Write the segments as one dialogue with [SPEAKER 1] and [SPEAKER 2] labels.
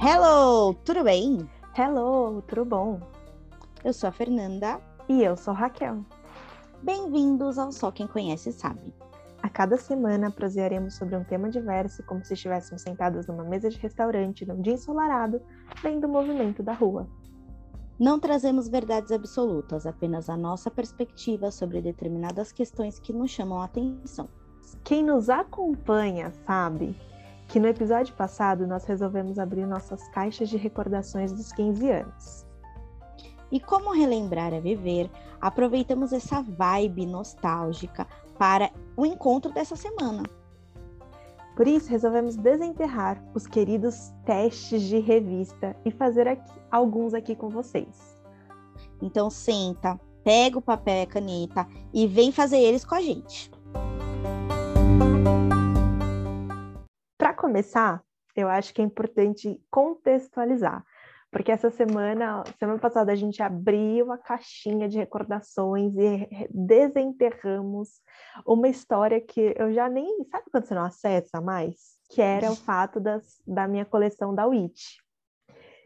[SPEAKER 1] Hello, tudo bem?
[SPEAKER 2] Hello, tudo bom?
[SPEAKER 1] Eu sou a Fernanda.
[SPEAKER 2] E eu sou Raquel.
[SPEAKER 1] Bem-vindos ao Só Quem Conhece Sabe.
[SPEAKER 2] A cada semana prosearemos sobre um tema diverso, como se estivéssemos sentadas numa mesa de restaurante num dia ensolarado, vendo o movimento da rua.
[SPEAKER 1] Não trazemos verdades absolutas, apenas a nossa perspectiva sobre determinadas questões que nos chamam a atenção.
[SPEAKER 2] Quem nos acompanha sabe que no episódio passado nós resolvemos abrir nossas caixas de recordações dos 15 anos.
[SPEAKER 1] E como relembrar é viver, aproveitamos essa vibe nostálgica para o encontro dessa semana.
[SPEAKER 2] Por isso, resolvemos desenterrar os queridos testes de revista e fazer aqui, alguns aqui com vocês.
[SPEAKER 1] Então, senta, pega o papel e a caneta e vem fazer eles com a gente.
[SPEAKER 2] Para começar, eu acho que é importante contextualizar, porque essa semana, semana passada, a gente abriu a caixinha de recordações e desenterramos uma história que eu já nem. Sabe quando você não acessa mais? Que era o fato das, da minha coleção da Witch.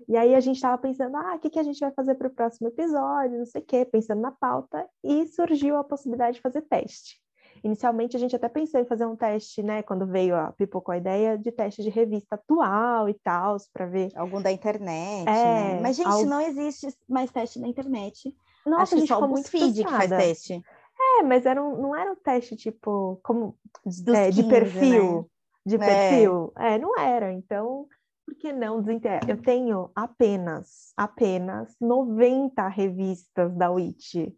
[SPEAKER 2] E aí a gente estava pensando, ah, o que, que a gente vai fazer para o próximo episódio, não sei o quê, pensando na pauta, e surgiu a possibilidade de fazer teste. Inicialmente a gente até pensou em fazer um teste, né? Quando veio a pipocou a ideia de teste de revista atual e tal, para ver.
[SPEAKER 1] Algum da internet,
[SPEAKER 2] É,
[SPEAKER 1] né? Mas, gente,
[SPEAKER 2] algo-
[SPEAKER 1] não existe mais teste na internet.
[SPEAKER 2] Nossa,
[SPEAKER 1] Acho
[SPEAKER 2] a
[SPEAKER 1] que
[SPEAKER 2] gente
[SPEAKER 1] só
[SPEAKER 2] ficou
[SPEAKER 1] o
[SPEAKER 2] muito
[SPEAKER 1] BuzzFeed que faz
[SPEAKER 2] frustrada.
[SPEAKER 1] teste.
[SPEAKER 2] É, mas era um- não era um teste tipo como
[SPEAKER 1] Dos
[SPEAKER 2] é, de
[SPEAKER 1] 15,
[SPEAKER 2] perfil,
[SPEAKER 1] né?
[SPEAKER 2] de
[SPEAKER 1] É.
[SPEAKER 2] perfil. É, não era. Então, por que não desinter... Eu tenho apenas, apenas 90 revistas da WIT.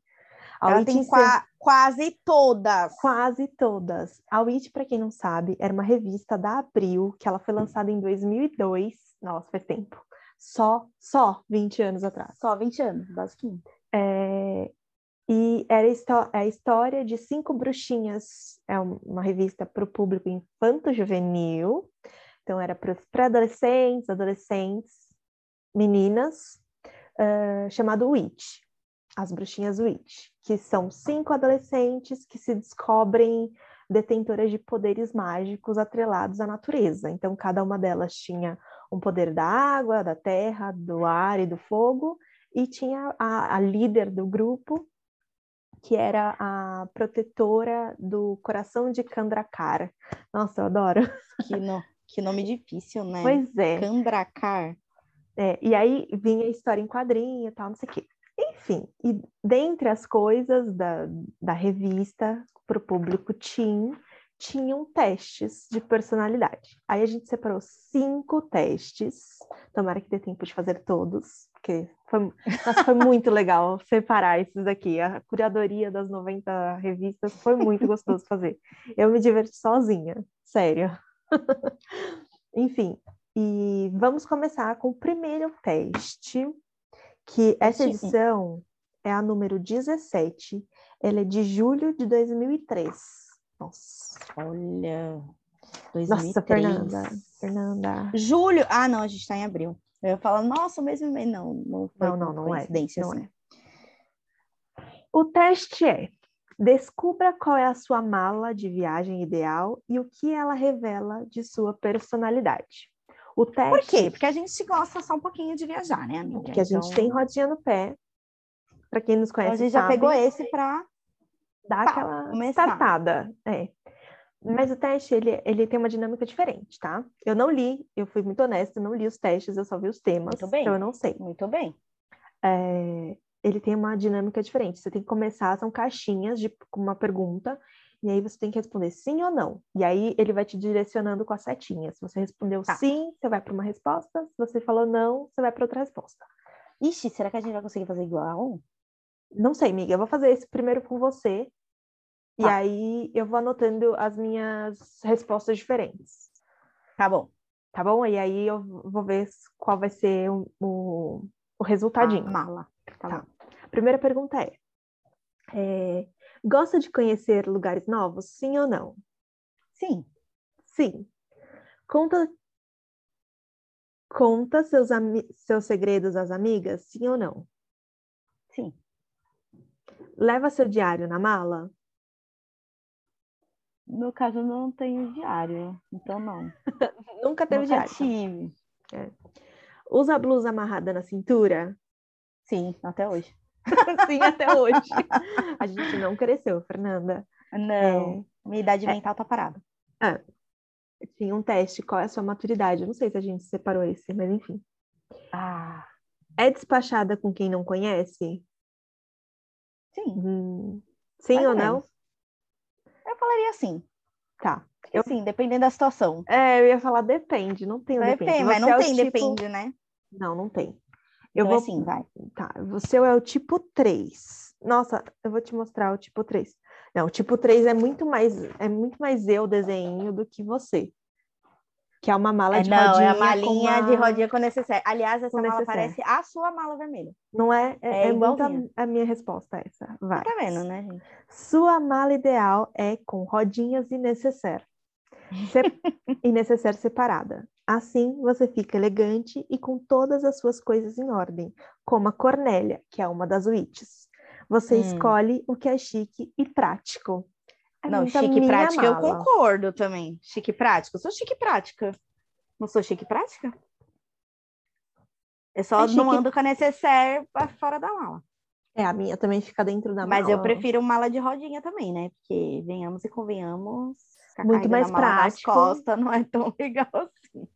[SPEAKER 2] A
[SPEAKER 1] Ela
[SPEAKER 2] Witch
[SPEAKER 1] tem
[SPEAKER 2] encer-
[SPEAKER 1] qua- quase todas.
[SPEAKER 2] Quase todas. A Witch, para quem não sabe, era uma revista da Abril, que ela foi lançada em 2002. Nossa, faz tempo. Só, só 20 anos atrás.
[SPEAKER 1] Só 20 anos, basicamente.
[SPEAKER 2] É, e era a histó- é a história de Cinco Bruxinhas. É um- uma revista para o público infanto-juvenil. Então, era para adolescentes, adolescentes, meninas, eh, chamado Witch. As Bruxinhas Witch, que são cinco adolescentes que se descobrem detentoras de poderes mágicos atrelados à natureza. Então, cada uma delas tinha um poder da água, da terra, do ar e do fogo e tinha a, a líder do grupo, que era a protetora do coração de Kandrakar. Nossa, eu adoro.
[SPEAKER 1] Que, no- que nome difícil, né?
[SPEAKER 2] Pois é.
[SPEAKER 1] Candracar.
[SPEAKER 2] É, e aí vinha a história em quadrinho e tal, não sei o quê. Enfim, e dentre as coisas da, da revista para o público teen, tinham testes de personalidade. Aí a gente separou cinco testes. Tomara que dê tempo de fazer todos, porque foi, nossa, foi muito legal separar esses aqui. A curadoria das 90 revistas foi muito gostoso fazer. Eu me diverti sozinha, sério. Enfim, e vamos começar com o primeiro teste, que essa
[SPEAKER 1] Sim.
[SPEAKER 2] edição é a número 17. Ela é de julho de 2003. Nossa,
[SPEAKER 1] Olha.
[SPEAKER 2] nossa
[SPEAKER 1] 2003.
[SPEAKER 2] Fernanda, Fernanda.
[SPEAKER 1] Julho. Ah, não, a gente tá em abril. Eu ia falar, nossa, o mesmo mês. Não, não foi
[SPEAKER 2] Não, não, não é,
[SPEAKER 1] coincidência.
[SPEAKER 2] não
[SPEAKER 1] assim.
[SPEAKER 2] O teste é: descubra qual é a sua mala de viagem ideal e o que ela revela de sua personalidade. O teste
[SPEAKER 1] Por quê? Porque a gente gosta só um pouquinho de viajar, né, amiga?
[SPEAKER 2] Porque a gente
[SPEAKER 1] Então,
[SPEAKER 2] tem rodinha no pé. Para quem nos
[SPEAKER 1] então
[SPEAKER 2] conhece,
[SPEAKER 1] a gente já
[SPEAKER 2] sabe,
[SPEAKER 1] pegou esse pra.
[SPEAKER 2] dá
[SPEAKER 1] pá,
[SPEAKER 2] aquela
[SPEAKER 1] começar.
[SPEAKER 2] startada. É. Mas o teste, ele, ele tem uma dinâmica diferente, tá? Eu não li, eu fui muito honesta, eu não li os testes, eu só vi os temas.
[SPEAKER 1] Muito bem.
[SPEAKER 2] Então eu não sei.
[SPEAKER 1] Muito bem.
[SPEAKER 2] é, ele tem uma dinâmica diferente. Você tem que começar, são caixinhas de com uma pergunta, e aí você tem que responder sim ou não. E aí ele vai te direcionando com a setinha. Se você respondeu
[SPEAKER 1] Tá.
[SPEAKER 2] sim, você vai para uma resposta. Se você falou não, você vai para outra resposta.
[SPEAKER 1] Ixi, será que a gente vai conseguir fazer igual?
[SPEAKER 2] Não sei, amiga, eu vou fazer esse primeiro com você. E
[SPEAKER 1] Tá.
[SPEAKER 2] aí eu vou anotando as minhas respostas diferentes.
[SPEAKER 1] Tá bom.
[SPEAKER 2] Tá bom? E aí eu vou ver qual vai ser o, o, o resultadinho.
[SPEAKER 1] A mala. Tá,
[SPEAKER 2] Tá.
[SPEAKER 1] bom.
[SPEAKER 2] Primeira pergunta é, é, gosta de conhecer lugares novos? Sim ou não?
[SPEAKER 1] Sim.
[SPEAKER 2] Sim. Conta conta seus ami- seus segredos às amigas? Sim ou não?
[SPEAKER 1] Sim.
[SPEAKER 2] Leva seu diário na mala?
[SPEAKER 1] No caso, eu não tenho diário. Então, não.
[SPEAKER 2] Nunca teve então.
[SPEAKER 1] Nunca
[SPEAKER 2] diário.
[SPEAKER 1] tive.
[SPEAKER 2] Usa a blusa amarrada na cintura?
[SPEAKER 1] Sim, até hoje.
[SPEAKER 2] Sim, até hoje. A gente não cresceu, Fernanda.
[SPEAKER 1] Não, minha idade
[SPEAKER 2] É.
[SPEAKER 1] mental tá parada.
[SPEAKER 2] Tinha um teste, qual é a sua maturidade? Eu não sei se a gente separou esse, mas enfim.
[SPEAKER 1] Ah,
[SPEAKER 2] É despachada com quem não conhece?
[SPEAKER 1] sim.
[SPEAKER 2] Hum, Sim
[SPEAKER 1] mais
[SPEAKER 2] ou não?
[SPEAKER 1] menos. é. Eu falaria assim.
[SPEAKER 2] Tá.
[SPEAKER 1] Eu... Sim, dependendo da situação.
[SPEAKER 2] É, eu ia falar depende, não tem o
[SPEAKER 1] Depende,
[SPEAKER 2] depende.
[SPEAKER 1] mas
[SPEAKER 2] Você
[SPEAKER 1] não
[SPEAKER 2] é o
[SPEAKER 1] tem,
[SPEAKER 2] tipo-
[SPEAKER 1] depende, né?
[SPEAKER 2] Não, não tem. Eu
[SPEAKER 1] então,
[SPEAKER 2] vou,
[SPEAKER 1] assim, vai.
[SPEAKER 2] Tá, você é o tipo 3. Nossa, eu vou te mostrar o tipo 3. Não, o tipo 3 é muito mais, é muito mais eu desenho do que você. Que é uma mala
[SPEAKER 1] É,
[SPEAKER 2] de
[SPEAKER 1] não, é
[SPEAKER 2] rodinha
[SPEAKER 1] a
[SPEAKER 2] com
[SPEAKER 1] malinha
[SPEAKER 2] uma-
[SPEAKER 1] de rodinha com necessário. Aliás, essa
[SPEAKER 2] com
[SPEAKER 1] mala
[SPEAKER 2] necessaire.
[SPEAKER 1] parece a sua mala vermelha.
[SPEAKER 2] Não é? É,
[SPEAKER 1] É
[SPEAKER 2] é muito a,
[SPEAKER 1] igualzinha.
[SPEAKER 2] a minha resposta essa. Vai.
[SPEAKER 1] Tá vendo, né, gente?
[SPEAKER 2] Sua mala ideal é com rodinhas e necessaire. Se... e necessaire separada. Assim, você fica elegante e com todas as suas coisas em ordem, como a Cornélia, que é uma das witches. Você
[SPEAKER 1] Hum.
[SPEAKER 2] escolhe o que é chique e prático. É
[SPEAKER 1] não,
[SPEAKER 2] muito a
[SPEAKER 1] chique e
[SPEAKER 2] minha
[SPEAKER 1] prática, eu
[SPEAKER 2] mala.
[SPEAKER 1] concordo também. Chique e prática. Eu sou chique e prática. Não sou chique e prática? Eu só
[SPEAKER 2] É
[SPEAKER 1] não
[SPEAKER 2] chique-
[SPEAKER 1] ando com a necessaire pra fora da mala.
[SPEAKER 2] É, a minha também fica dentro da mala.
[SPEAKER 1] Mas eu prefiro mala de rodinha também, né? Porque venhamos e convenhamos. a carga
[SPEAKER 2] Muito mais
[SPEAKER 1] da mala nas
[SPEAKER 2] prático.
[SPEAKER 1] costas não é tão legal assim.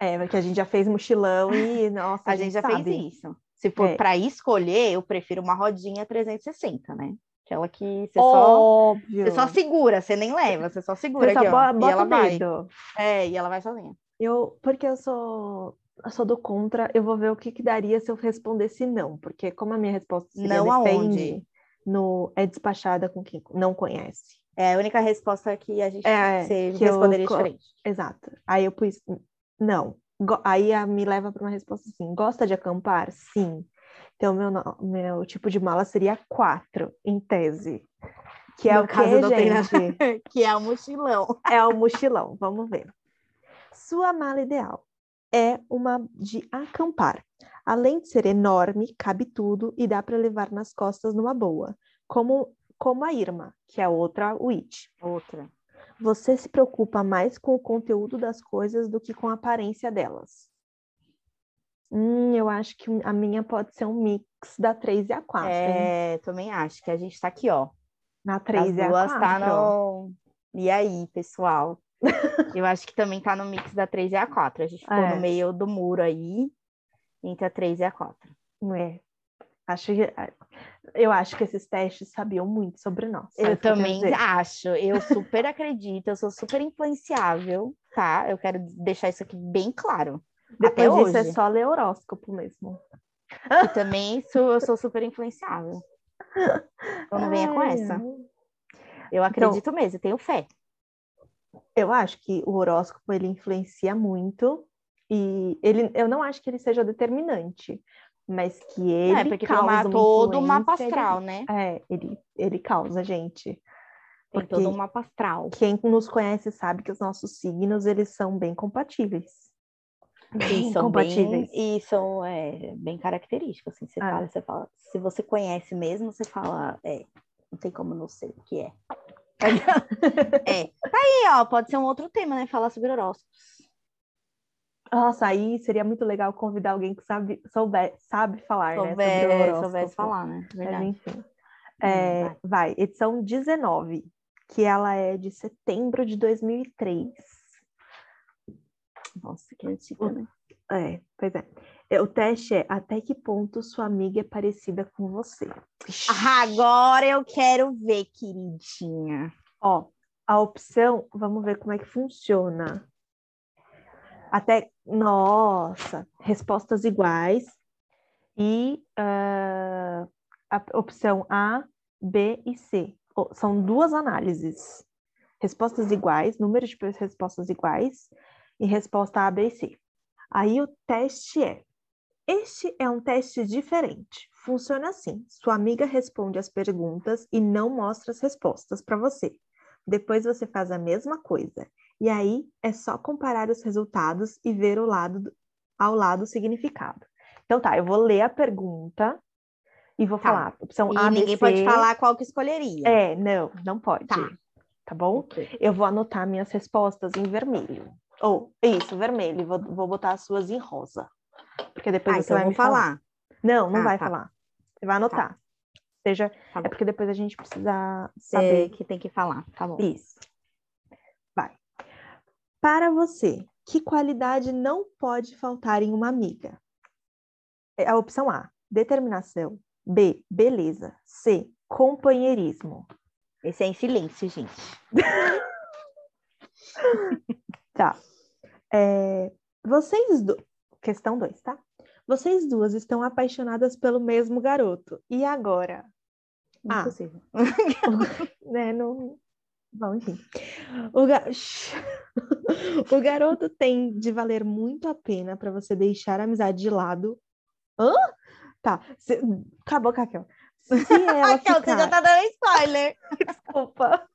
[SPEAKER 2] É, porque a gente já fez mochilão e, nossa,
[SPEAKER 1] A, gente já
[SPEAKER 2] sabe.
[SPEAKER 1] fez isso. Se for
[SPEAKER 2] É.
[SPEAKER 1] pra escolher, eu prefiro uma rodinha 360, né? Aquela que você é só
[SPEAKER 2] Óbvio.
[SPEAKER 1] Você só segura, você nem leva, você só segura
[SPEAKER 2] Você só
[SPEAKER 1] aqui, ó,
[SPEAKER 2] bo- bota
[SPEAKER 1] e ela
[SPEAKER 2] o
[SPEAKER 1] vai.
[SPEAKER 2] dedo.
[SPEAKER 1] É, e ela vai sozinha.
[SPEAKER 2] Eu, porque eu sou, eu sou do contra, eu vou ver o que, que daria se eu respondesse não, porque como a minha resposta seria
[SPEAKER 1] Não aonde?
[SPEAKER 2] depende, no é despachada com quem não conhece.
[SPEAKER 1] É a única resposta que a gente
[SPEAKER 2] É,
[SPEAKER 1] você
[SPEAKER 2] que eu
[SPEAKER 1] responderia
[SPEAKER 2] co-
[SPEAKER 1] diferente.
[SPEAKER 2] Exato. Aí eu pus "N- não. Go- Aí a- me leva para uma resposta assim: gosta de acampar? Sim. Então meu no- meu tipo de mala seria quatro, em tese. Que é
[SPEAKER 1] No
[SPEAKER 2] o quê,
[SPEAKER 1] caso, não tem nada.
[SPEAKER 2] gente?
[SPEAKER 1] Que é o mochilão.
[SPEAKER 2] É o mochilão, vamos ver. Sua mala ideal é uma de acampar. Além de ser enorme, cabe tudo e dá para levar nas costas numa boa, como como a Irma, que é outra witch.
[SPEAKER 1] Outra.
[SPEAKER 2] Você se preocupa mais com o conteúdo das coisas do que com a aparência delas. Hum, eu acho que a minha pode ser um mix da 3 e a 4. hein?
[SPEAKER 1] É, também acho que a gente tá aqui, ó.
[SPEAKER 2] Na
[SPEAKER 1] As
[SPEAKER 2] 3 e é a
[SPEAKER 1] duas
[SPEAKER 2] 4.
[SPEAKER 1] tá no. E aí, pessoal? Eu acho que também tá no mix da 3 e a 4. A gente ficou
[SPEAKER 2] É.
[SPEAKER 1] no meio do muro aí, entre a 3 e a 4.
[SPEAKER 2] É. Acho que, ah, eu acho que esses testes sabiam muito sobre nós.
[SPEAKER 1] Eu
[SPEAKER 2] É isso que quero
[SPEAKER 1] também Ah,
[SPEAKER 2] dizer.
[SPEAKER 1] acho, eu super acredito, eu sou super influenciável, tá? Eu quero deixar isso aqui bem claro.
[SPEAKER 2] Depois
[SPEAKER 1] até
[SPEAKER 2] disso é
[SPEAKER 1] hoje.
[SPEAKER 2] só ler horóscopo mesmo.
[SPEAKER 1] E também sou, eu sou super influenciável. Então não venha com
[SPEAKER 2] Ai, Então
[SPEAKER 1] essa.
[SPEAKER 2] ai.
[SPEAKER 1] Eu acredito mesmo, eu tenho fé.
[SPEAKER 2] Eu acho que o horóscopo ele influencia muito e ele, eu não acho que ele seja determinante, mas que ele
[SPEAKER 1] é, porque tem
[SPEAKER 2] causa
[SPEAKER 1] uma-
[SPEAKER 2] uma
[SPEAKER 1] todo o mapa
[SPEAKER 2] influência, ele-
[SPEAKER 1] astral, né?
[SPEAKER 2] é, ele ele causa gente.
[SPEAKER 1] Tem
[SPEAKER 2] Porque
[SPEAKER 1] todo um mapa astral.
[SPEAKER 2] quem nos conhece sabe que os nossos signos eles são bem compatíveis.
[SPEAKER 1] E
[SPEAKER 2] Bem
[SPEAKER 1] são
[SPEAKER 2] compatíveis.
[SPEAKER 1] bem, e são é, bem característicos, assim, você,
[SPEAKER 2] Ah.
[SPEAKER 1] fala, você fala, se você conhece mesmo, você fala, é, não tem como não ser o que é. é. Tá aí, ó, pode ser um outro tema, né? Falar sobre horóscopo.
[SPEAKER 2] Nossa, aí seria muito legal convidar alguém que sabe, souber, sabe falar, né? Sobre o
[SPEAKER 1] souber,
[SPEAKER 2] horóscopo.
[SPEAKER 1] soubesse falar, né?
[SPEAKER 2] Mas,
[SPEAKER 1] Verdade.
[SPEAKER 2] enfim. É,
[SPEAKER 1] vai.
[SPEAKER 2] vai. edição 19, que ela é de setembro de 2003.
[SPEAKER 1] Nossa, que antiga, né?
[SPEAKER 2] É, pois é. É, O teste é até que ponto sua amiga é parecida com você. Ixi.
[SPEAKER 1] Ah, Agora eu quero ver, queridinha.
[SPEAKER 2] Ó, a opção, vamos ver como é que funciona. Até, nossa, respostas iguais. E ah, a opção A, B e C. O- São duas análises. Respostas iguais, número de pe- respostas iguais e resposta A, B e C. Aí o teste é: este é um teste diferente. Funciona assim: sua amiga responde as perguntas e não mostra as respostas para você. Depois você faz a mesma coisa. E aí é só comparar os resultados e ver o lado do- ao lado o significado. Então tá, eu vou ler a pergunta e vou
[SPEAKER 1] Tá.
[SPEAKER 2] falar. Opção
[SPEAKER 1] E
[SPEAKER 2] A, B,
[SPEAKER 1] ninguém pode
[SPEAKER 2] C.
[SPEAKER 1] falar qual que escolheria. Ah,
[SPEAKER 2] É, não, não pode.
[SPEAKER 1] Tá.
[SPEAKER 2] Tá bom?
[SPEAKER 1] Ok.
[SPEAKER 2] Eu vou anotar minhas respostas em vermelho. Ou, isso, vermelho. e Vou, vou botar as suas em rosa. Porque depois
[SPEAKER 1] ah,
[SPEAKER 2] você
[SPEAKER 1] então eu
[SPEAKER 2] vai
[SPEAKER 1] vou
[SPEAKER 2] me falar.
[SPEAKER 1] falar.
[SPEAKER 2] Não, não
[SPEAKER 1] Ah,
[SPEAKER 2] vai
[SPEAKER 1] tá.
[SPEAKER 2] falar. Você vai anotar. Seja,
[SPEAKER 1] Tá
[SPEAKER 2] é
[SPEAKER 1] bom. É.
[SPEAKER 2] porque depois a gente precisa saber
[SPEAKER 1] Saber que tem que falar, tá bom.
[SPEAKER 2] isso. Vai. Para você, que qualidade não pode faltar em uma amiga? É a opção A, determinação. B, beleza. C, companheirismo.
[SPEAKER 1] Esse é em silêncio, gente.
[SPEAKER 2] É, vocês do... Questão 2, tá? Vocês duas estão apaixonadas pelo mesmo garoto. E agora? Ah.
[SPEAKER 1] Impossível.
[SPEAKER 2] né? Não... Bom, enfim. O, ga- o garoto tem de valer muito a pena para você deixar a amizade de lado. Hã? Tá. Se... Acabou, Raquel. Se ela
[SPEAKER 1] Raquel,
[SPEAKER 2] ficar...
[SPEAKER 1] você já tá dando spoiler.
[SPEAKER 2] Desculpa.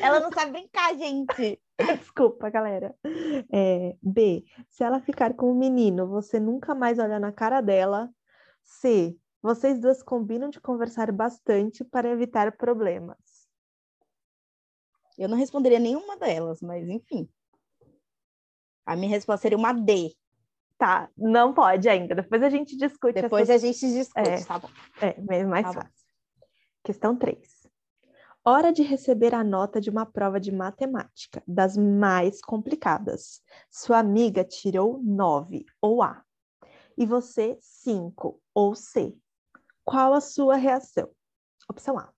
[SPEAKER 1] Ela não sabe brincar, gente.
[SPEAKER 2] Desculpa, galera. É, B. Se ela ficar com o menino, você nunca mais olha na cara dela. C. Vocês duas combinam de conversar bastante para evitar problemas.
[SPEAKER 1] Eu não responderia nenhuma delas, mas enfim. A minha resposta seria uma D.
[SPEAKER 2] Tá, não pode ainda. Depois a gente discute essa
[SPEAKER 1] Depois a gente discute,
[SPEAKER 2] É.
[SPEAKER 1] tá bom?
[SPEAKER 2] É, mas mais
[SPEAKER 1] Tá bom.
[SPEAKER 2] fácil. Questão 3. Hora de receber a nota de uma prova de matemática, das mais complicadas. Sua amiga tirou 9, ou A, e você 5, ou C. Qual a sua reação? Opção A.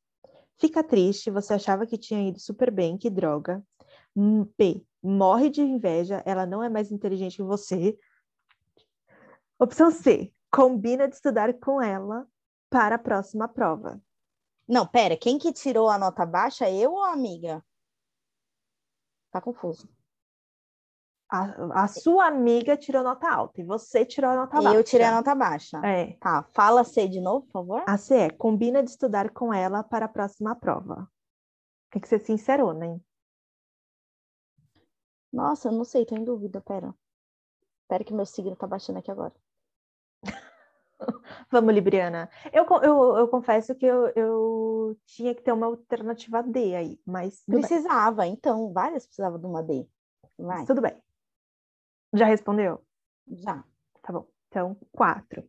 [SPEAKER 2] Fica triste, você achava que tinha ido super bem, que droga. Hum, B. Morre de inveja, ela não é mais inteligente que você. Opção C. Combina de estudar com ela para a próxima prova.
[SPEAKER 1] Não, pera, quem que tirou a nota baixa? Eu ou a amiga? Tá confuso.
[SPEAKER 2] A, a sua amiga tirou nota alta e você tirou a nota Tá baixa.
[SPEAKER 1] eu tirei a nota baixa.
[SPEAKER 2] É.
[SPEAKER 1] Tá, fala C de novo, por favor.
[SPEAKER 2] A C é, combina de estudar com ela para a próxima prova. Tem que ser sincerona, hein?
[SPEAKER 1] Nossa, eu não sei, tô em dúvida, pera. Pera que meu signo tá baixando aqui agora.
[SPEAKER 2] Vamos, Libriana. Eu, co- eu, eu confesso que eu, eu tinha que ter uma alternativa D aí, mas tudo, bem.
[SPEAKER 1] Precisava, então, várias precisavam de uma D. Vai,
[SPEAKER 2] tudo bem. Já respondeu?
[SPEAKER 1] já.
[SPEAKER 2] Tá bom. Então, quatro.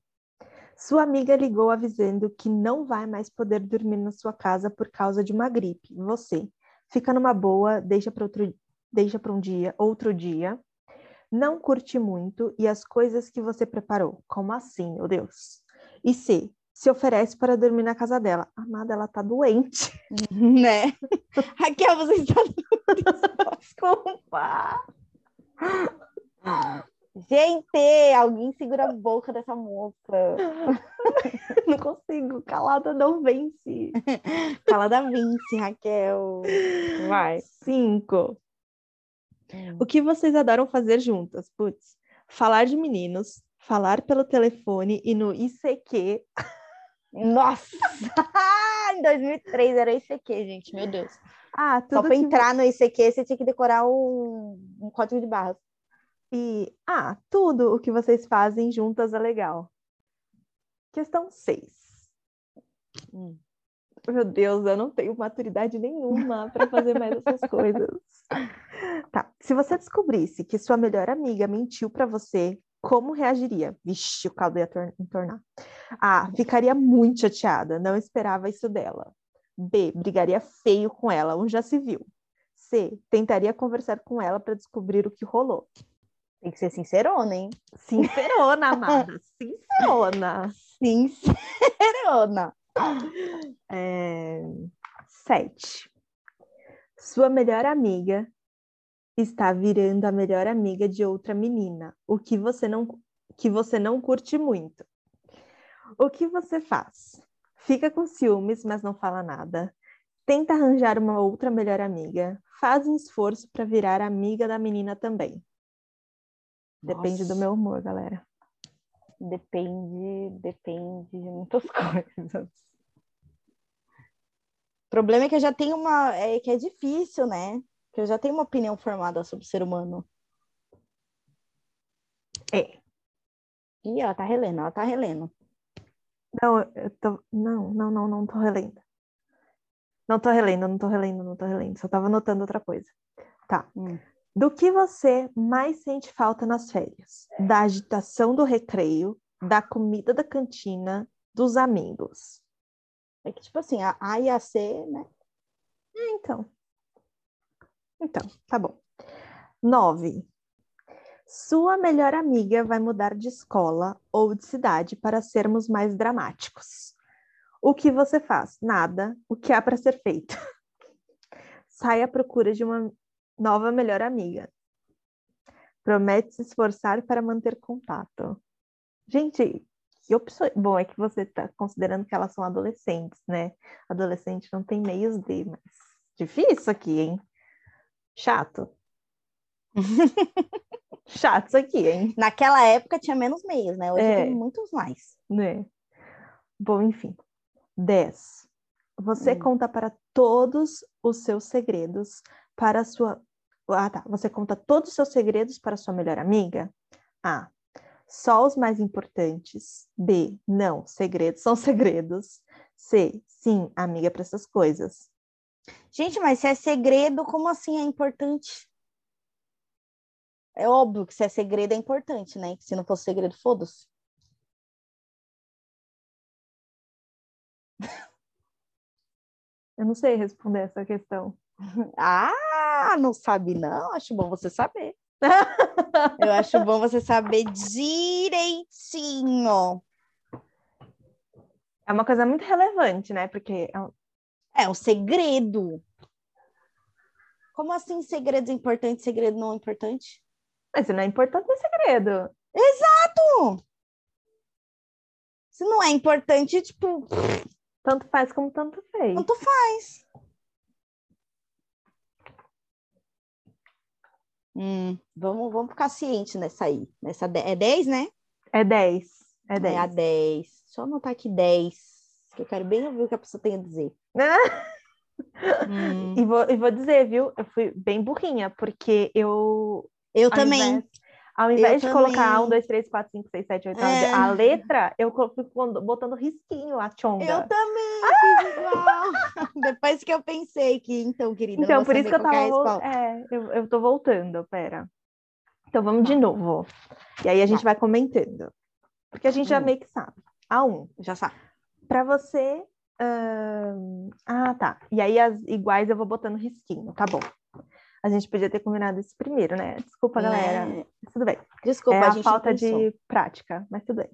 [SPEAKER 2] Sua amiga ligou avisando que não vai mais poder dormir na sua casa por causa de uma gripe. Você fica numa boa, deixa para outro, deixa para um dia, outro dia. Não curte muito e as coisas que você preparou. Como assim, meu Deus? E C, se oferece para dormir na casa dela. Amada, ela tá doente.
[SPEAKER 1] Né? Raquel, você está
[SPEAKER 2] Desculpa.
[SPEAKER 1] Gente, alguém segura a boca dessa moça.
[SPEAKER 2] Não consigo, calada não vence.
[SPEAKER 1] Fala da Vinci, Raquel. Vai.
[SPEAKER 2] Cinco. O que vocês adoram fazer juntas? Putz, falar de meninos, falar pelo telefone e no ICQ.
[SPEAKER 1] Nossa! em 2003 era o ICQ, gente, meu Deus.
[SPEAKER 2] Ah,
[SPEAKER 1] Só
[SPEAKER 2] tudo
[SPEAKER 1] pra
[SPEAKER 2] que...
[SPEAKER 1] entrar no ICQ, você tinha que decorar um, um código de barras.
[SPEAKER 2] E, ah, tudo o que vocês fazem juntas é legal. Questão 6.
[SPEAKER 1] Hum.
[SPEAKER 2] Meu Deus, eu não tenho maturidade nenhuma para fazer mais essas coisas. Tá. Se você descobrisse que sua melhor amiga mentiu para você, como reagiria? Vixe, o caldo ia tor- entornar. A. Ficaria muito chateada, não esperava isso dela. B. Brigaria feio com ela, um já se viu. C. Tentaria conversar com ela para descobrir o que rolou.
[SPEAKER 1] Tem que ser sincerona, hein?
[SPEAKER 2] Sincerona, amada. Sincerona.
[SPEAKER 1] Sincerona.
[SPEAKER 2] É... Sete. Sua melhor amiga está virando a melhor amiga de outra menina, o que você não, que você não curte muito. O que você faz? Fica com ciúmes, mas não fala nada. Tenta arranjar uma outra melhor amiga. Faz um esforço para virar amiga da menina também. Depende
[SPEAKER 1] Nossa.
[SPEAKER 2] do meu humor, galera.
[SPEAKER 1] Depende, depende de muitas coisas. O problema é que eu já tenho uma. É que é difícil, né? Que eu já tenho uma opinião formada sobre o ser humano.
[SPEAKER 2] É.
[SPEAKER 1] Ih, ela tá relendo, ela tá relendo.
[SPEAKER 2] Não, eu tô... Não, não, não, não tô relendo. Não tô relendo, não tô relendo, não tô relendo. Só tava anotando outra coisa. Tá.
[SPEAKER 1] Hum.
[SPEAKER 2] Do que você mais sente falta nas férias? Da agitação do recreio, da comida da cantina dos amigos.
[SPEAKER 1] É que, tipo assim, a A e a C, né?
[SPEAKER 2] É, então. Então, tá bom. Nove. Sua melhor amiga vai mudar de escola ou de cidade para sermos mais dramáticos. O que você faz? Nada. O que há para ser feito? Sai à procura de uma nova melhor amiga. Promete se esforçar para manter contato. Gente, que opções. Bom, é que você está considerando que elas são adolescentes, né? Adolescente não tem meios de, mas difícil aqui, hein? Chato. Chato isso aqui, hein?
[SPEAKER 1] Naquela época tinha menos meios, né? Hoje
[SPEAKER 2] É.
[SPEAKER 1] tem muitos mais.
[SPEAKER 2] Né? Bom, enfim. 10. Você
[SPEAKER 1] Hum.
[SPEAKER 2] conta para todos os seus segredos para a sua. Ah, tá. Você conta todos os seus segredos para a sua melhor amiga? A. Só os mais importantes. B. Não, segredos são segredos. C. Sim, amiga para essas coisas.
[SPEAKER 1] Gente, mas se é segredo, como assim é importante? É óbvio que se é segredo é importante, né? Que se não fosse segredo, foda-se.
[SPEAKER 2] Eu não sei responder essa questão.
[SPEAKER 1] Ah, não sabe não? Acho bom você saber. Eu acho bom você saber direitinho.
[SPEAKER 2] É uma coisa muito relevante, né? Porque é um-
[SPEAKER 1] É um segredo. Como assim segredo é importante, segredo não é importante?
[SPEAKER 2] mas se não é importante, é segredo.
[SPEAKER 1] Se não é importante, tipo,
[SPEAKER 2] Tanto faz como tanto fez.
[SPEAKER 1] tanto faz. Hum, vamos, vamos ficar ciente nessa aí. Nessa de- é 10, né?
[SPEAKER 2] É 10. É
[SPEAKER 1] É a
[SPEAKER 2] 10.
[SPEAKER 1] 10. Deixa eu anotar aqui 10. Que eu quero bem ouvir o que a pessoa tem a dizer. Hum.
[SPEAKER 2] E vou, e vou dizer, viu? Eu fui bem burrinha, porque eu.
[SPEAKER 1] Eu
[SPEAKER 2] ao
[SPEAKER 1] também.
[SPEAKER 2] invés- ao invés de
[SPEAKER 1] Eu
[SPEAKER 2] colocar
[SPEAKER 1] também.
[SPEAKER 2] 1, 2, 3, 4, 5, 6, 7, 8, 9,
[SPEAKER 1] É.
[SPEAKER 2] a letra, eu co- fui pondo- botando risquinho a chonga.
[SPEAKER 1] Eu também
[SPEAKER 2] Ah!
[SPEAKER 1] fiz igual. Depois que eu pensei que, então, querida, eu
[SPEAKER 2] então,
[SPEAKER 1] vou
[SPEAKER 2] por isso que
[SPEAKER 1] saber qual é
[SPEAKER 2] eu tava.
[SPEAKER 1] a
[SPEAKER 2] vol-
[SPEAKER 1] resposta.
[SPEAKER 2] É, eu, eu tô voltando, pera. Então vamos de
[SPEAKER 1] Tá.
[SPEAKER 2] novo. E aí a gente
[SPEAKER 1] Tá.
[SPEAKER 2] vai comentando. Porque a gente já
[SPEAKER 1] Hum.
[SPEAKER 2] meio que sabe. A 1.
[SPEAKER 1] Já sabe.
[SPEAKER 2] Pra você. ahn, Ah, tá. E aí as iguais eu vou botando risquinho, tá bom. A gente podia ter combinado isso primeiro, né? Desculpa, galera.
[SPEAKER 1] Né?
[SPEAKER 2] Tudo bem.
[SPEAKER 1] Desculpa,
[SPEAKER 2] é
[SPEAKER 1] a
[SPEAKER 2] a,
[SPEAKER 1] gente não
[SPEAKER 2] falta
[SPEAKER 1] pensou.
[SPEAKER 2] de prática, mas tudo bem.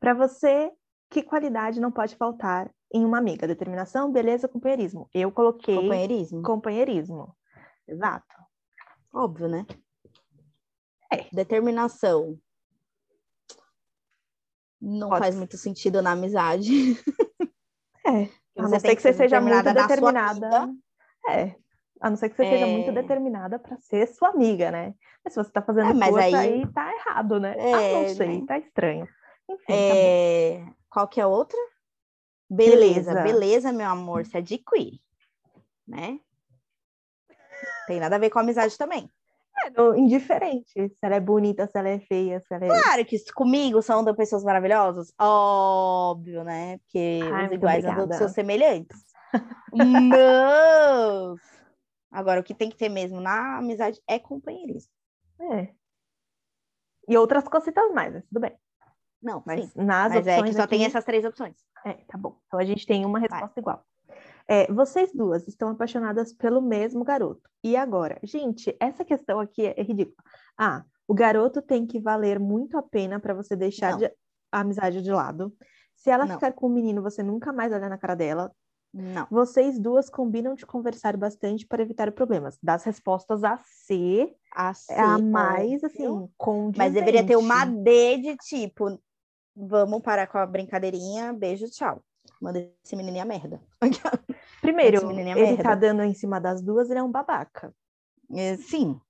[SPEAKER 2] Pra você, que qualidade não pode faltar em uma amiga? Determinação, beleza, companheirismo. Eu coloquei
[SPEAKER 1] companheirismo.
[SPEAKER 2] companheirismo. Exato.
[SPEAKER 1] Óbvio, né?
[SPEAKER 2] É.
[SPEAKER 1] Determinação. Não
[SPEAKER 2] Pode
[SPEAKER 1] faz
[SPEAKER 2] ser.
[SPEAKER 1] muito sentido na amizade.
[SPEAKER 2] É.
[SPEAKER 1] Você
[SPEAKER 2] A não
[SPEAKER 1] tem
[SPEAKER 2] ser que você seja muito
[SPEAKER 1] na sua
[SPEAKER 2] determinada.
[SPEAKER 1] vida.
[SPEAKER 2] É. A não ser que você seja muito
[SPEAKER 1] É.
[SPEAKER 2] determinada para ser sua amiga, né? Mas se você tá fazendo
[SPEAKER 1] É, mas
[SPEAKER 2] força
[SPEAKER 1] aí-
[SPEAKER 2] aí... tá errado, né? ah,
[SPEAKER 1] É,
[SPEAKER 2] não sei, tá estranho. Enfim, tá bom.
[SPEAKER 1] É, Qual que é a outra? Beleza,
[SPEAKER 2] Beleza.
[SPEAKER 1] beleza, meu amor, se adquire. Né? Tem nada a ver com amizade também.
[SPEAKER 2] É, não, indiferente se ela é bonita, se ela é feia, se ela é.
[SPEAKER 1] Claro que isso comigo são duas pessoas maravilhosas, óbvio, né? Porque
[SPEAKER 2] Ai,
[SPEAKER 1] os
[SPEAKER 2] muito
[SPEAKER 1] iguais andam dos
[SPEAKER 2] obrigada.
[SPEAKER 1] seus semelhantes. Mas agora o que tem que ter mesmo na amizade é companheirismo.
[SPEAKER 2] É. E outras cositas mais, mas tudo bem.
[SPEAKER 1] Não, sim.
[SPEAKER 2] Mas nas
[SPEAKER 1] Mas é que
[SPEAKER 2] opções
[SPEAKER 1] só tem
[SPEAKER 2] aqui-
[SPEAKER 1] essas três opções.
[SPEAKER 2] É, tá bom. Então a gente tem uma resposta igual. É, vocês duas estão apaixonadas pelo mesmo garoto. E agora? Gente, essa questão aqui é, é ridícula. Ah, o garoto tem que valer muito a pena para você deixar
[SPEAKER 1] Não.
[SPEAKER 2] de- a amizade de lado. Se ela
[SPEAKER 1] Não.
[SPEAKER 2] ficar com o menino, você nunca mais olha na cara dela.
[SPEAKER 1] Não.
[SPEAKER 2] Vocês duas combinam de conversar bastante para evitar problemas. Das respostas a C,
[SPEAKER 1] Assim,
[SPEAKER 2] é a mais,
[SPEAKER 1] óbvio.
[SPEAKER 2] assim, condizente.
[SPEAKER 1] Mas deveria ter uma D de tipo, vamos parar com a brincadeirinha, beijo, tchau. Manda esse menininho a merda.
[SPEAKER 2] Primeiro,
[SPEAKER 1] Esse menino é
[SPEAKER 2] ele tá
[SPEAKER 1] merda.
[SPEAKER 2] dando em cima das duas, ele é um babaca.
[SPEAKER 1] É, Sim.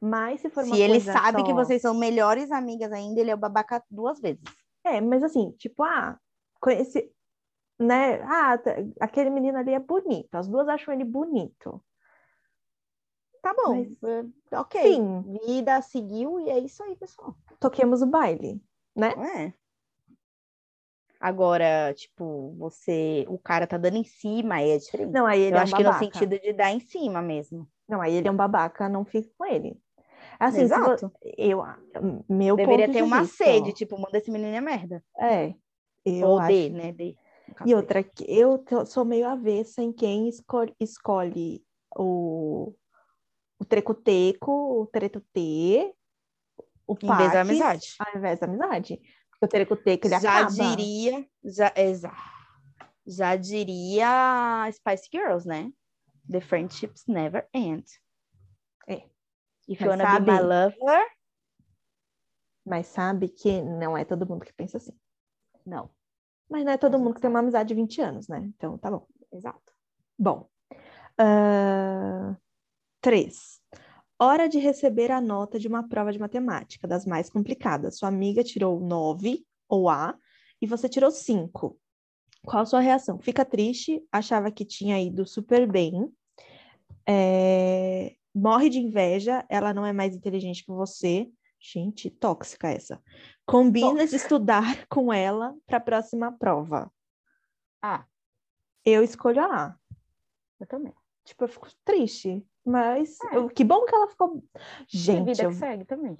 [SPEAKER 2] Mas se for uma
[SPEAKER 1] Se ele
[SPEAKER 2] coisa
[SPEAKER 1] sabe que
[SPEAKER 2] só-
[SPEAKER 1] vocês são melhores amigas ainda, ele é o babaca duas vezes.
[SPEAKER 2] É, mas assim, tipo, ah, conheci, né? Ah, tá- aquele menino ali é bonito. As duas acham ele bonito.
[SPEAKER 1] Tá bom.
[SPEAKER 2] Mas-
[SPEAKER 1] é, Ok.
[SPEAKER 2] Sim,
[SPEAKER 1] Vida seguiu e é isso aí, pessoal.
[SPEAKER 2] toquemos o baile.
[SPEAKER 1] É. Agora, tipo, você. O cara tá dando em cima, aí é diferente.
[SPEAKER 2] Não, aí ele
[SPEAKER 1] Eu
[SPEAKER 2] é um
[SPEAKER 1] acho que no
[SPEAKER 2] babaca.
[SPEAKER 1] sentido de dar em cima mesmo.
[SPEAKER 2] Não, aí ele é um babaca, não fica com ele. Assim, se vo-
[SPEAKER 1] Exato.
[SPEAKER 2] eu, meu
[SPEAKER 1] Deveria
[SPEAKER 2] ponto
[SPEAKER 1] ter
[SPEAKER 2] de
[SPEAKER 1] uma
[SPEAKER 2] vista,
[SPEAKER 1] sede, tipo, manda esse menino é merda.
[SPEAKER 2] É. Eu
[SPEAKER 1] Ou
[SPEAKER 2] acho
[SPEAKER 1] D, né? D.
[SPEAKER 2] E outra, que eu to- sou meio avessa em quem escolhe, escolhe o, o treco-teco, o tretutê, o
[SPEAKER 1] Em vez da
[SPEAKER 2] paques,
[SPEAKER 1] amizade.
[SPEAKER 2] ao invés da amizade. Porque o treco-teco, ele
[SPEAKER 1] já
[SPEAKER 2] acaba.
[SPEAKER 1] diria, já, exa- já diria Spice Girls, né? The friendships never end.
[SPEAKER 2] É.
[SPEAKER 1] If
[SPEAKER 2] Mas
[SPEAKER 1] you wanna
[SPEAKER 2] sabe-
[SPEAKER 1] be my lover,
[SPEAKER 2] Mas sabe que não é todo mundo que pensa assim.
[SPEAKER 1] não.
[SPEAKER 2] Mas não é todo
[SPEAKER 1] Mas
[SPEAKER 2] mundo que tem uma amizade de 20 anos, né? Então, tá bom.
[SPEAKER 1] Exato.
[SPEAKER 2] Bom. ah, três. Hora de receber a nota de uma prova de matemática, das mais complicadas. Sua amiga tirou 9 ou A e você tirou 5. Qual a sua reação? Fica triste, achava que tinha ido super bem, é, morre de inveja, ela não é mais inteligente que você. Gente, tóxica essa. Combina de estudar com ela para a próxima prova.
[SPEAKER 1] Ah,
[SPEAKER 2] Eu escolho a A.
[SPEAKER 1] eu também.
[SPEAKER 2] Tipo, eu fico triste. Mas
[SPEAKER 1] É.
[SPEAKER 2] eu- que bom que ela ficou.
[SPEAKER 1] a
[SPEAKER 2] Gente,
[SPEAKER 1] vida
[SPEAKER 2] eu-
[SPEAKER 1] que segue também.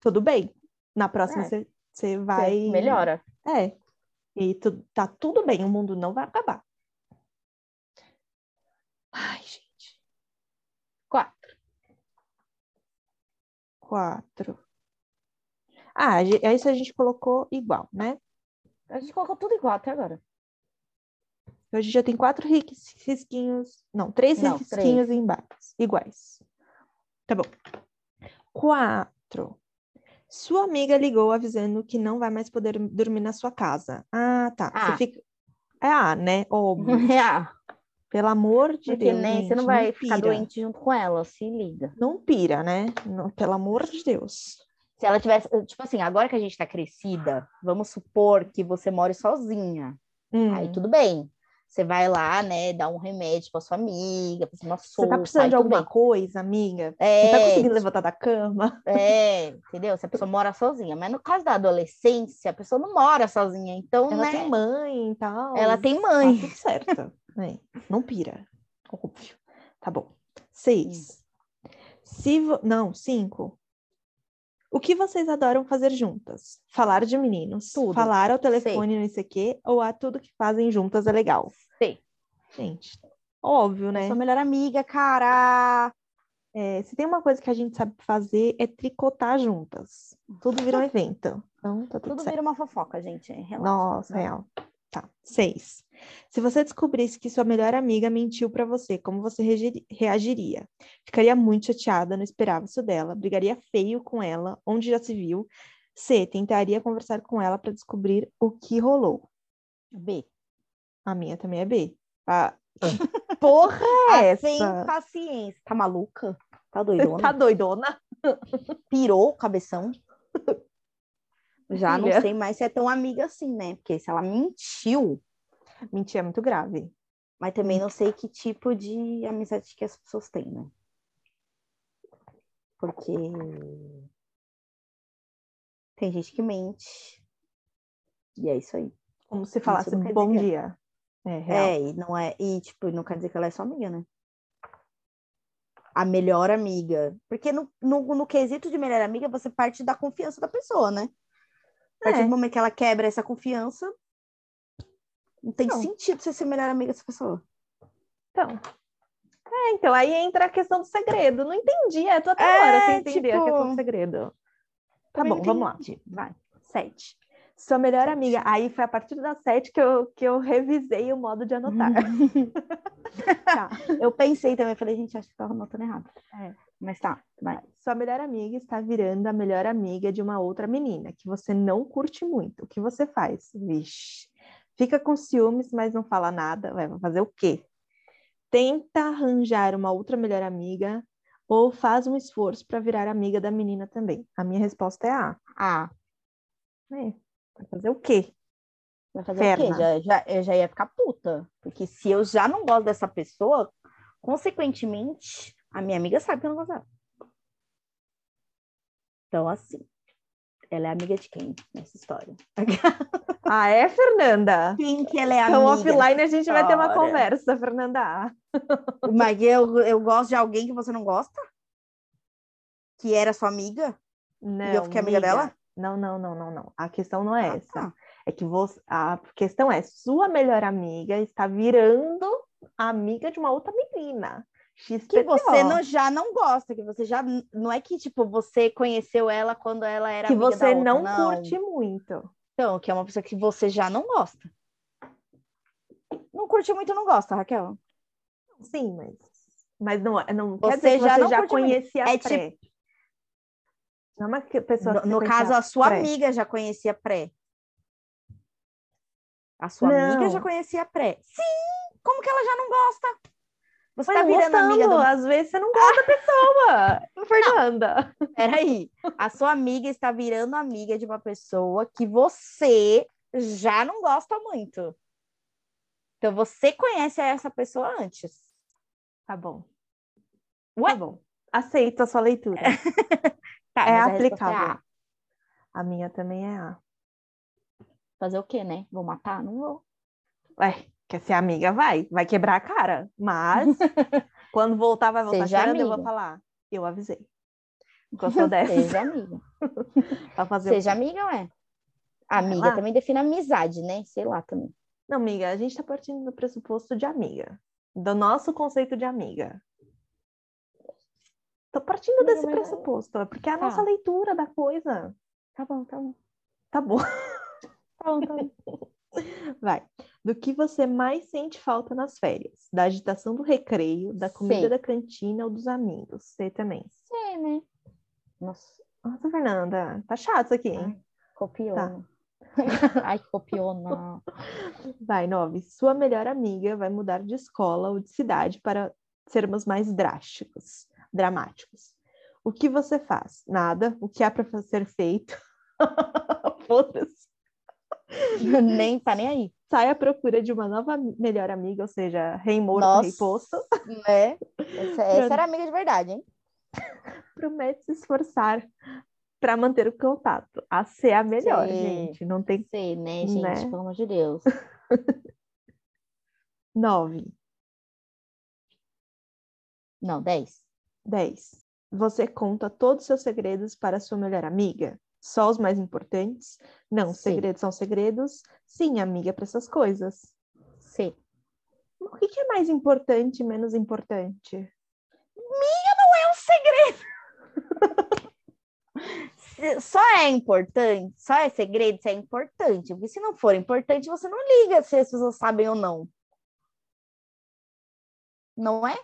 [SPEAKER 2] tudo bem. Na próxima
[SPEAKER 1] É.
[SPEAKER 2] você vai.
[SPEAKER 1] Melhora.
[SPEAKER 2] É. E tu- tá tudo bem, o mundo não vai acabar. Ai, gente.
[SPEAKER 1] Quatro.
[SPEAKER 2] Quatro. Ah, ge- é isso a gente colocou igual, né?
[SPEAKER 1] A gente colocou tudo igual até agora.
[SPEAKER 2] Hoje já tem quatro ris- risquinhos. Não, três
[SPEAKER 1] Não,
[SPEAKER 2] risquinhos embaixo, iguais. Tá bom. Quatro. Sua amiga ligou avisando que não vai mais poder dormir na sua casa. Ah, tá. Você
[SPEAKER 1] Ah.
[SPEAKER 2] fica. É a, né? Óbvio.
[SPEAKER 1] Ah,
[SPEAKER 2] Pelo amor de
[SPEAKER 1] Porque
[SPEAKER 2] Deus.
[SPEAKER 1] nem você
[SPEAKER 2] gente,
[SPEAKER 1] não vai ficar
[SPEAKER 2] pira.
[SPEAKER 1] doente junto com ela, se liga.
[SPEAKER 2] Não pira, né? Não- pelo amor de Deus.
[SPEAKER 1] Se ela tivesse, tipo assim, agora que a gente tá crescida, vamos supor que você more sozinha.
[SPEAKER 2] Hum,
[SPEAKER 1] Aí tudo bem. Você vai lá, né, dá um remédio pra sua amiga, pra uma
[SPEAKER 2] Você
[SPEAKER 1] sopa,
[SPEAKER 2] tá precisando
[SPEAKER 1] aí
[SPEAKER 2] de
[SPEAKER 1] tudo
[SPEAKER 2] alguma
[SPEAKER 1] bem.
[SPEAKER 2] coisa, amiga? Não tá
[SPEAKER 1] É,
[SPEAKER 2] conseguindo levantar da cama?
[SPEAKER 1] é, entendeu? Se a pessoa mora sozinha. Mas no caso da adolescência, a pessoa não mora sozinha. Então,
[SPEAKER 2] Ela
[SPEAKER 1] né,
[SPEAKER 2] tem mãe e tal.
[SPEAKER 1] ela tem mãe.
[SPEAKER 2] Tá tudo certo. né? Não pira. Óbvio. Tá bom. Seis. Se vo- Não, cinco. O que vocês adoram fazer juntas? Falar de meninos.
[SPEAKER 1] Tudo.
[SPEAKER 2] Falar ao telefone, não sei o quê. Ou a tudo que fazem juntas é legal.
[SPEAKER 1] Sei.
[SPEAKER 2] Gente, óbvio, né?
[SPEAKER 1] Sua melhor amiga, cara.
[SPEAKER 2] É, se tem uma coisa que a gente sabe fazer é tricotar juntas. Tudo vira um evento. Então, tá tudo,
[SPEAKER 1] Tudo
[SPEAKER 2] certo.
[SPEAKER 1] vira uma fofoca, gente. Relaxa.
[SPEAKER 2] Nossa, real. Tá. Seis. Se você descobrisse que sua melhor amiga mentiu pra você, como você reagiri- reagiria? Ficaria muito chateada, não esperava isso dela, brigaria feio com ela, onde já se viu. C. Tentaria conversar com ela pra descobrir o que rolou.
[SPEAKER 1] B.
[SPEAKER 2] A minha também é B. Ah, porra é
[SPEAKER 1] Ah, Sem
[SPEAKER 2] essa?
[SPEAKER 1] paciência. Tá maluca? Tá
[SPEAKER 2] Você
[SPEAKER 1] doidona?
[SPEAKER 2] tá doidona?
[SPEAKER 1] Pirou o cabeção? Já
[SPEAKER 2] Filha.
[SPEAKER 1] não sei mais se é tão amiga assim, né? Porque se ela mentiu,
[SPEAKER 2] Mentir é muito grave.
[SPEAKER 1] Mas também
[SPEAKER 2] Uhum.
[SPEAKER 1] não sei que tipo de amizade que as pessoas têm, né? Porque tem gente que mente. E é isso aí.
[SPEAKER 2] Como se falasse um
[SPEAKER 1] não quer
[SPEAKER 2] bom
[SPEAKER 1] dizer que-
[SPEAKER 2] dia. É, real.
[SPEAKER 1] É, e não é, e tipo, não quer dizer que ela é sua amiga, né? A melhor amiga. Porque no, no, no quesito de melhor amiga, você parte da confiança da pessoa, né? A partir
[SPEAKER 2] É.
[SPEAKER 1] do momento que ela quebra essa confiança, não tem
[SPEAKER 2] Não.
[SPEAKER 1] sentido você ser melhor amiga dessa pessoa.
[SPEAKER 2] Então. É, então, aí entra a questão do segredo. Não entendi, é tô até
[SPEAKER 1] É,
[SPEAKER 2] agora sem entender a
[SPEAKER 1] tipo,
[SPEAKER 2] questão do segredo. Tá
[SPEAKER 1] Também
[SPEAKER 2] bom,
[SPEAKER 1] não
[SPEAKER 2] vamos lá.
[SPEAKER 1] entendi. Vai. Sete.
[SPEAKER 2] Sua melhor amiga. Aí foi a partir das sete que eu, que eu revisei o modo de anotar.
[SPEAKER 1] Uhum.
[SPEAKER 2] Tá.
[SPEAKER 1] Eu pensei também, falei, gente, acho que tava anotando errado.
[SPEAKER 2] É.
[SPEAKER 1] Mas tá, vai.
[SPEAKER 2] Sua melhor amiga está virando a melhor amiga de uma outra menina que você não curte muito. O que você faz? Vixe. Fica com ciúmes, mas não fala nada. Ué, vai fazer o quê? Tenta arranjar uma outra melhor amiga ou faz um esforço para virar amiga da menina também. A minha resposta é A.
[SPEAKER 1] Ah,
[SPEAKER 2] É. Vai fazer o quê?
[SPEAKER 1] vai fazer o
[SPEAKER 2] Ferna.
[SPEAKER 1] quê? né? Já, já, eu já ia ficar puta. Porque se eu já não gosto dessa pessoa, consequentemente, a minha amiga sabe que eu não gosto dela. Então, assim, ela é amiga de quem nessa história?
[SPEAKER 2] Ah, é, Fernanda?
[SPEAKER 1] Quem que ela é amiga?
[SPEAKER 2] Então, offline a gente vai ter uma
[SPEAKER 1] história.
[SPEAKER 2] conversa, Fernanda A.
[SPEAKER 1] Mas eu, eu gosto de alguém que você não gosta? que era sua amiga?
[SPEAKER 2] Não,
[SPEAKER 1] e eu fiquei amiga, dela?
[SPEAKER 2] Não, não, não, não, não. A questão não é
[SPEAKER 1] Ah,
[SPEAKER 2] essa.
[SPEAKER 1] tá.
[SPEAKER 2] É que você, a questão é, sua melhor amiga está virando a amiga de uma outra menina.
[SPEAKER 1] Que
[SPEAKER 2] XPTO.
[SPEAKER 1] você não, já não gosta, que você já. Não é que, tipo, você conheceu ela quando ela era
[SPEAKER 2] que
[SPEAKER 1] amiga da
[SPEAKER 2] você
[SPEAKER 1] outra,
[SPEAKER 2] não, curte muito.
[SPEAKER 1] Então, que é uma pessoa que você já não gosta. Não curte muito, não gosta, Raquel.
[SPEAKER 2] Sim, mas, mas não, é- não
[SPEAKER 1] Você
[SPEAKER 2] quer dizer que
[SPEAKER 1] já
[SPEAKER 2] você
[SPEAKER 1] não
[SPEAKER 2] já
[SPEAKER 1] curte muito.
[SPEAKER 2] conhecia
[SPEAKER 1] É
[SPEAKER 2] a pré. Não é uma que- pessoa que
[SPEAKER 1] No,
[SPEAKER 2] você
[SPEAKER 1] no
[SPEAKER 2] conhecia
[SPEAKER 1] caso, a sua
[SPEAKER 2] pré.
[SPEAKER 1] amiga já conhecia pré. A sua amiga
[SPEAKER 2] Não.
[SPEAKER 1] já conhecia pré. Sim! Como que ela já não gosta? Você
[SPEAKER 2] Mas
[SPEAKER 1] tá
[SPEAKER 2] não
[SPEAKER 1] virando amiga
[SPEAKER 2] gostando,
[SPEAKER 1] do.
[SPEAKER 2] às vezes você não gosta da pessoa, Fernanda.
[SPEAKER 1] Peraí. A sua amiga está virando amiga de uma pessoa que você já não gosta muito. Então você conhece essa pessoa antes.
[SPEAKER 2] Tá bom.
[SPEAKER 1] Ué? É.
[SPEAKER 2] Tá bom. Aceito a sua leitura.
[SPEAKER 1] Tá,
[SPEAKER 2] é
[SPEAKER 1] mas a resposta é
[SPEAKER 2] aplicável.
[SPEAKER 1] A.
[SPEAKER 2] A minha também é A.
[SPEAKER 1] Fazer o quê, né? Vou matar? Não vou.
[SPEAKER 2] Ué, quer ser amiga? Vai. Vai quebrar a cara. Mas, quando voltar, vai voltar
[SPEAKER 1] Seja
[SPEAKER 2] chorando, eu vou
[SPEAKER 1] amiga.
[SPEAKER 2] falar. Eu avisei. Gostou dessa?
[SPEAKER 1] Seja amiga.
[SPEAKER 2] Pra É. fazer o
[SPEAKER 1] Seja amiga, ué.
[SPEAKER 2] Sei
[SPEAKER 1] Amiga
[SPEAKER 2] lá.
[SPEAKER 1] também define amizade, né? Sei lá também.
[SPEAKER 2] Não, amiga, a gente está partindo do pressuposto de amiga, do nosso conceito de amiga. Tô partindo
[SPEAKER 1] Amiga,
[SPEAKER 2] desse
[SPEAKER 1] mas-
[SPEAKER 2] pressuposto, é porque é a
[SPEAKER 1] Tá.
[SPEAKER 2] nossa leitura da coisa.
[SPEAKER 1] Tá bom, tá bom.
[SPEAKER 2] Tá bom,
[SPEAKER 1] Tá bom, tá bom.
[SPEAKER 2] vai. Do que você mais sente falta nas férias? Da agitação do recreio, da comida
[SPEAKER 1] Sei.
[SPEAKER 2] da cantina ou dos amigos? Você também.
[SPEAKER 1] Sei, né? Nossa,
[SPEAKER 2] Nossa, Fernanda, tá chato isso aqui, hein?
[SPEAKER 1] copiou.
[SPEAKER 2] Tá.
[SPEAKER 1] né? Ai, que copiou, não.
[SPEAKER 2] Vai, nove. Sua melhor amiga vai mudar de escola ou de cidade para sermos mais drásticos, dramáticos. O que você faz? Nada. O que há para ser feito? Foda-se.
[SPEAKER 1] nem tá nem aí.
[SPEAKER 2] Sai à procura de uma nova ami- melhor amiga, ou seja, rei morto, rei posto.
[SPEAKER 1] Né? Essa, essa era amiga de verdade, hein?
[SPEAKER 2] Promete se esforçar para manter o contato. A ser a melhor,
[SPEAKER 1] Sim.
[SPEAKER 2] gente. Não tem
[SPEAKER 1] Sei, né, gente?
[SPEAKER 2] Né?
[SPEAKER 1] Pelo amor de Deus.
[SPEAKER 2] nove,
[SPEAKER 1] Não, 10.
[SPEAKER 2] dez. Você conta todos os seus segredos para sua melhor amiga? Só os mais importantes? Não,
[SPEAKER 1] Sim.
[SPEAKER 2] segredos são segredos. Sim, amiga, para essas coisas.
[SPEAKER 1] C.
[SPEAKER 2] O que, que é mais importante e menos importante?
[SPEAKER 1] É um segredo. Se- Só é importante, só é segredo se é importante. Porque se não for importante, você não liga se as pessoas sabem ou não. Não é?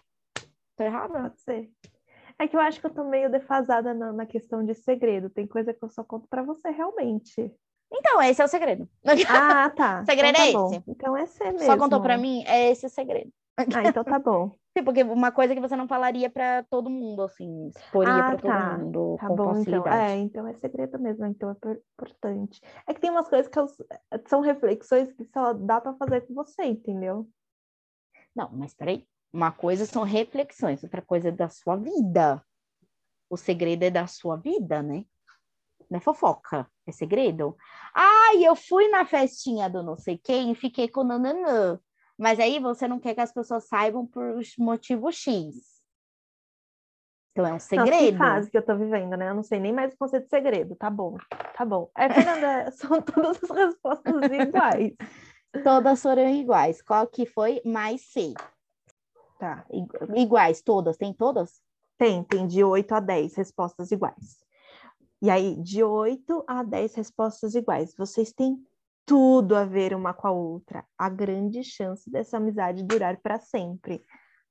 [SPEAKER 1] Tô errada?
[SPEAKER 2] Pode ser. É que eu acho que eu tô meio defasada na, na questão de segredo. Tem coisa que eu só conto para você realmente.
[SPEAKER 1] Então, esse é o segredo.
[SPEAKER 2] Ah, tá.
[SPEAKER 1] Segredo
[SPEAKER 2] então, tá
[SPEAKER 1] é
[SPEAKER 2] bom.
[SPEAKER 1] esse.
[SPEAKER 2] Então é ser mesmo.
[SPEAKER 1] Só contou pra mim, é esse o segredo.
[SPEAKER 2] Ah, então tá bom.
[SPEAKER 1] Tipo, Porque uma coisa que você não falaria pra todo mundo, assim, exporia
[SPEAKER 2] Ah,
[SPEAKER 1] pra todo
[SPEAKER 2] tá.
[SPEAKER 1] mundo
[SPEAKER 2] Tá
[SPEAKER 1] com
[SPEAKER 2] bom, então.
[SPEAKER 1] facilidade.
[SPEAKER 2] É, então é segredo mesmo, então é por- importante. É que tem umas coisas que eu- são reflexões que só dá pra fazer com você, entendeu?
[SPEAKER 1] Não, mas peraí. Uma coisa são reflexões, outra coisa é da sua vida. O segredo é da sua vida, né? Não é fofoca, é segredo. Ai, eu fui na festinha do não sei quem e fiquei com o nananã. Mas aí você não quer que as pessoas saibam por motivo X. Então é um
[SPEAKER 2] Nossa, que
[SPEAKER 1] segredo.
[SPEAKER 2] fase que eu tô vivendo, né? Eu não sei nem mais o conceito de segredo. Tá bom, tá bom. É, Fernanda, são todas as respostas iguais.
[SPEAKER 1] Todas foram iguais. Qual que foi? Mais C.
[SPEAKER 2] Tá.
[SPEAKER 1] Igu- Iguais, todas. Tem todas?
[SPEAKER 2] Tem, tem de 8 a 10 respostas iguais. E aí, de 8 a 10 respostas iguais. Vocês têm tudo a ver uma com a outra. A grande chance dessa amizade durar para sempre.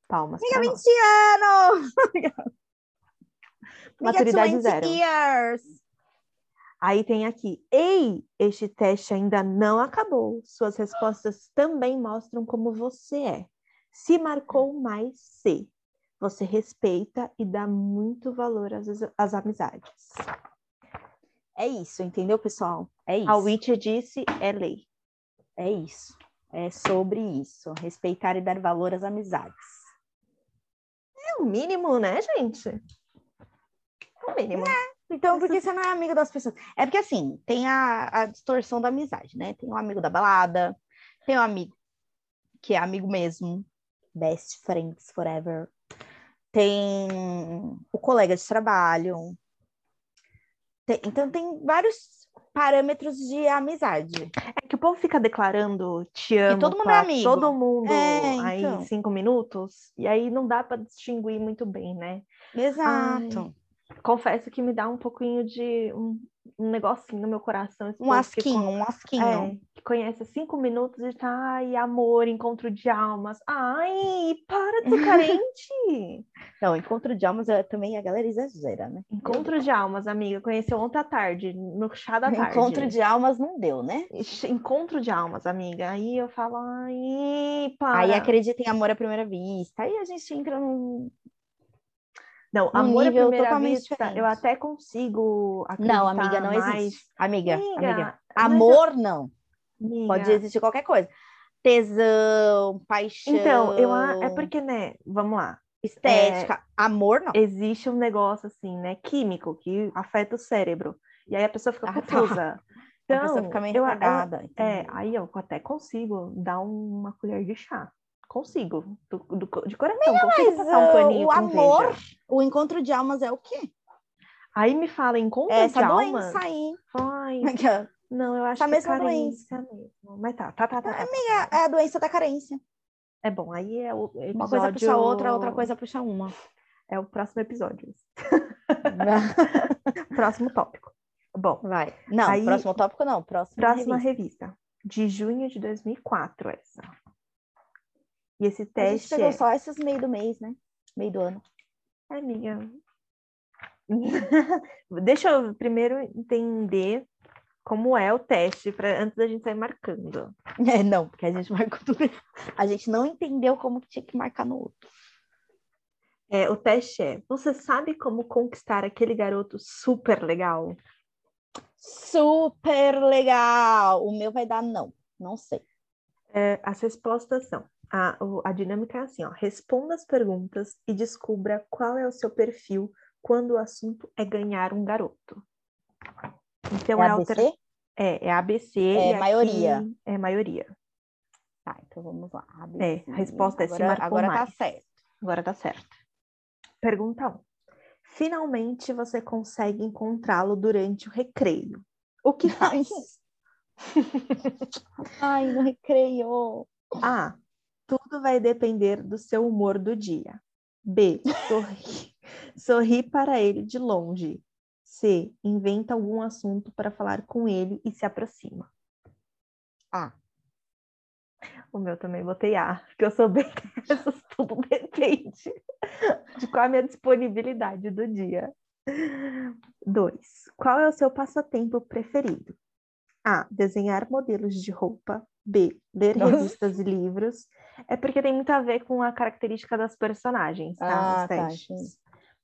[SPEAKER 2] Palmas. pra nós.
[SPEAKER 1] Ano!
[SPEAKER 2] Maturidade zero.
[SPEAKER 1] years.
[SPEAKER 2] Aí tem aqui. Ei, este teste ainda não acabou. Suas respostas também mostram como você é. Se marcou mais C. Você respeita e dá muito valor às, às amizades.
[SPEAKER 1] É isso, entendeu, pessoal? É isso.
[SPEAKER 2] A Witcher disse é lei.
[SPEAKER 1] É isso. É sobre isso. Respeitar e dar valor às amizades.
[SPEAKER 2] É o mínimo, né, gente? É o mínimo.
[SPEAKER 1] Então, por que você não é amigo das pessoas? É porque, assim, tem a, a distorção da amizade, né? Tem um amigo da balada, tem um amigo que é amigo mesmo. Best friends forever. tem o colega de trabalho. Tem- então, tem vários parâmetros de amizade.
[SPEAKER 2] É que o povo fica declarando te amo
[SPEAKER 1] todo mundo é
[SPEAKER 2] pra
[SPEAKER 1] amigo.
[SPEAKER 2] todo mundo
[SPEAKER 1] É,
[SPEAKER 2] aí
[SPEAKER 1] então.
[SPEAKER 2] em cinco minutos, e aí não dá pra distinguir muito bem, né?
[SPEAKER 1] Exato.
[SPEAKER 2] Confesso que me dá um pouquinho de um, um negocinho no meu coração. esse
[SPEAKER 1] um
[SPEAKER 2] povo que
[SPEAKER 1] asquinho, um asquinho.
[SPEAKER 2] É, que conhece cinco minutos e tá, ai, amor, encontro de almas. Ai, para de ser carente!
[SPEAKER 1] Não, encontro de almas é, também a galera exagera, né?
[SPEAKER 2] Encontro de almas, amiga, conheceu ontem à tarde, no chá da tarde.
[SPEAKER 1] Encontro de almas não deu, né?
[SPEAKER 2] Ixi, Encontro de almas, amiga. Aí eu falo, ai, para.
[SPEAKER 1] Aí acredita em amor à primeira vista. Aí a gente entra num.
[SPEAKER 2] Não,
[SPEAKER 1] num
[SPEAKER 2] amor à
[SPEAKER 1] nível
[SPEAKER 2] primeira
[SPEAKER 1] totalmente
[SPEAKER 2] vista,
[SPEAKER 1] diferente.
[SPEAKER 2] eu até consigo acreditar
[SPEAKER 1] Não, amiga, não
[SPEAKER 2] mais.
[SPEAKER 1] existe. Amiga,
[SPEAKER 2] Amiga,
[SPEAKER 1] amiga.
[SPEAKER 2] mas
[SPEAKER 1] Amor, não.
[SPEAKER 2] eu- amiga,
[SPEAKER 1] Pode existir qualquer coisa. Tesão, paixão.
[SPEAKER 2] Então, eu a- é porque, né, vamos lá.
[SPEAKER 1] Estética. Amor, não.
[SPEAKER 2] existe um negócio assim, né, químico que afeta o cérebro. E aí a pessoa fica
[SPEAKER 1] Ah, tá.
[SPEAKER 2] confusa. Então,
[SPEAKER 1] a pessoa fica meio né?
[SPEAKER 2] eu, eu-
[SPEAKER 1] cagada.
[SPEAKER 2] é,
[SPEAKER 1] entendeu?
[SPEAKER 2] aí eu até consigo dar uma colher de chá. Consigo, do, do- de coração, consigo
[SPEAKER 1] Mas
[SPEAKER 2] passar um
[SPEAKER 1] ah,
[SPEAKER 2] paninho
[SPEAKER 1] o
[SPEAKER 2] com
[SPEAKER 1] amor,
[SPEAKER 2] veja.
[SPEAKER 1] o encontro de almas é o quê?
[SPEAKER 2] Aí me fala, encontra
[SPEAKER 1] É
[SPEAKER 2] de
[SPEAKER 1] essa
[SPEAKER 2] alma?
[SPEAKER 1] doença aí.
[SPEAKER 2] Ai,
[SPEAKER 1] Aquela-
[SPEAKER 2] não, eu acho
[SPEAKER 1] Essa
[SPEAKER 2] que é
[SPEAKER 1] mesma doença.
[SPEAKER 2] carência mesmo. Mas tá, tá, tá, tá. tá.
[SPEAKER 1] É a doença da carência.
[SPEAKER 2] É bom, aí é o episódio...
[SPEAKER 1] Uma coisa puxa outra, outra coisa puxa uma.
[SPEAKER 2] É o próximo episódio, próximo tópico. Bom,
[SPEAKER 1] Vai. Não,
[SPEAKER 2] Aí-
[SPEAKER 1] próximo tópico não. Próximo
[SPEAKER 2] Próxima revista. de junho de 2004, essa. E esse
[SPEAKER 1] A gente
[SPEAKER 2] teste
[SPEAKER 1] pegou
[SPEAKER 2] é...
[SPEAKER 1] só esses meio do mês, né? Meio do ano.
[SPEAKER 2] É, amiga. Deixa eu primeiro entender como é o teste, pra, antes da gente sair marcando.
[SPEAKER 1] É, não, porque a gente marcou tudo. A gente não entendeu como que tinha que marcar no outro.
[SPEAKER 2] É, o teste é: você sabe como conquistar aquele garoto super legal?
[SPEAKER 1] Super legal! O meu vai dar não. Não sei.
[SPEAKER 2] É, as respostas são: a, o- a dinâmica é assim, ó, responda as perguntas e descubra qual é o seu perfil quando o assunto é ganhar um garoto. Então
[SPEAKER 1] é
[SPEAKER 2] é,
[SPEAKER 1] a
[SPEAKER 2] alter-
[SPEAKER 1] ABC?
[SPEAKER 2] É, é ABC.
[SPEAKER 1] É
[SPEAKER 2] e aqui
[SPEAKER 1] maioria.
[SPEAKER 2] É maioria.
[SPEAKER 1] Tá, então vamos lá.
[SPEAKER 2] É, a resposta é se
[SPEAKER 1] agora,
[SPEAKER 2] marcou
[SPEAKER 1] Agora tá
[SPEAKER 2] mais.
[SPEAKER 1] certo.
[SPEAKER 2] Agora tá certo. Pergunta 1. Finalmente você consegue encontrá-lo durante o recreio. O que faz?
[SPEAKER 1] Ai, no recreio.
[SPEAKER 2] A. Tudo vai depender do seu humor do dia. B. Sorri, sorri para ele de longe. C. Inventa algum assunto para falar com ele e se aproxima.
[SPEAKER 1] A.
[SPEAKER 2] O meu também botei A, porque eu sou bem dessas, tudo depende de qual é a minha disponibilidade do dia. 2. Qual é o seu passatempo preferido? A. Desenhar modelos de roupa. B. Ler
[SPEAKER 1] Nossa.
[SPEAKER 2] revistas e livros. É porque tem muito a ver com a característica das personagens, tá?
[SPEAKER 1] Ah, tá,
[SPEAKER 2] Os testes.
[SPEAKER 1] entendi.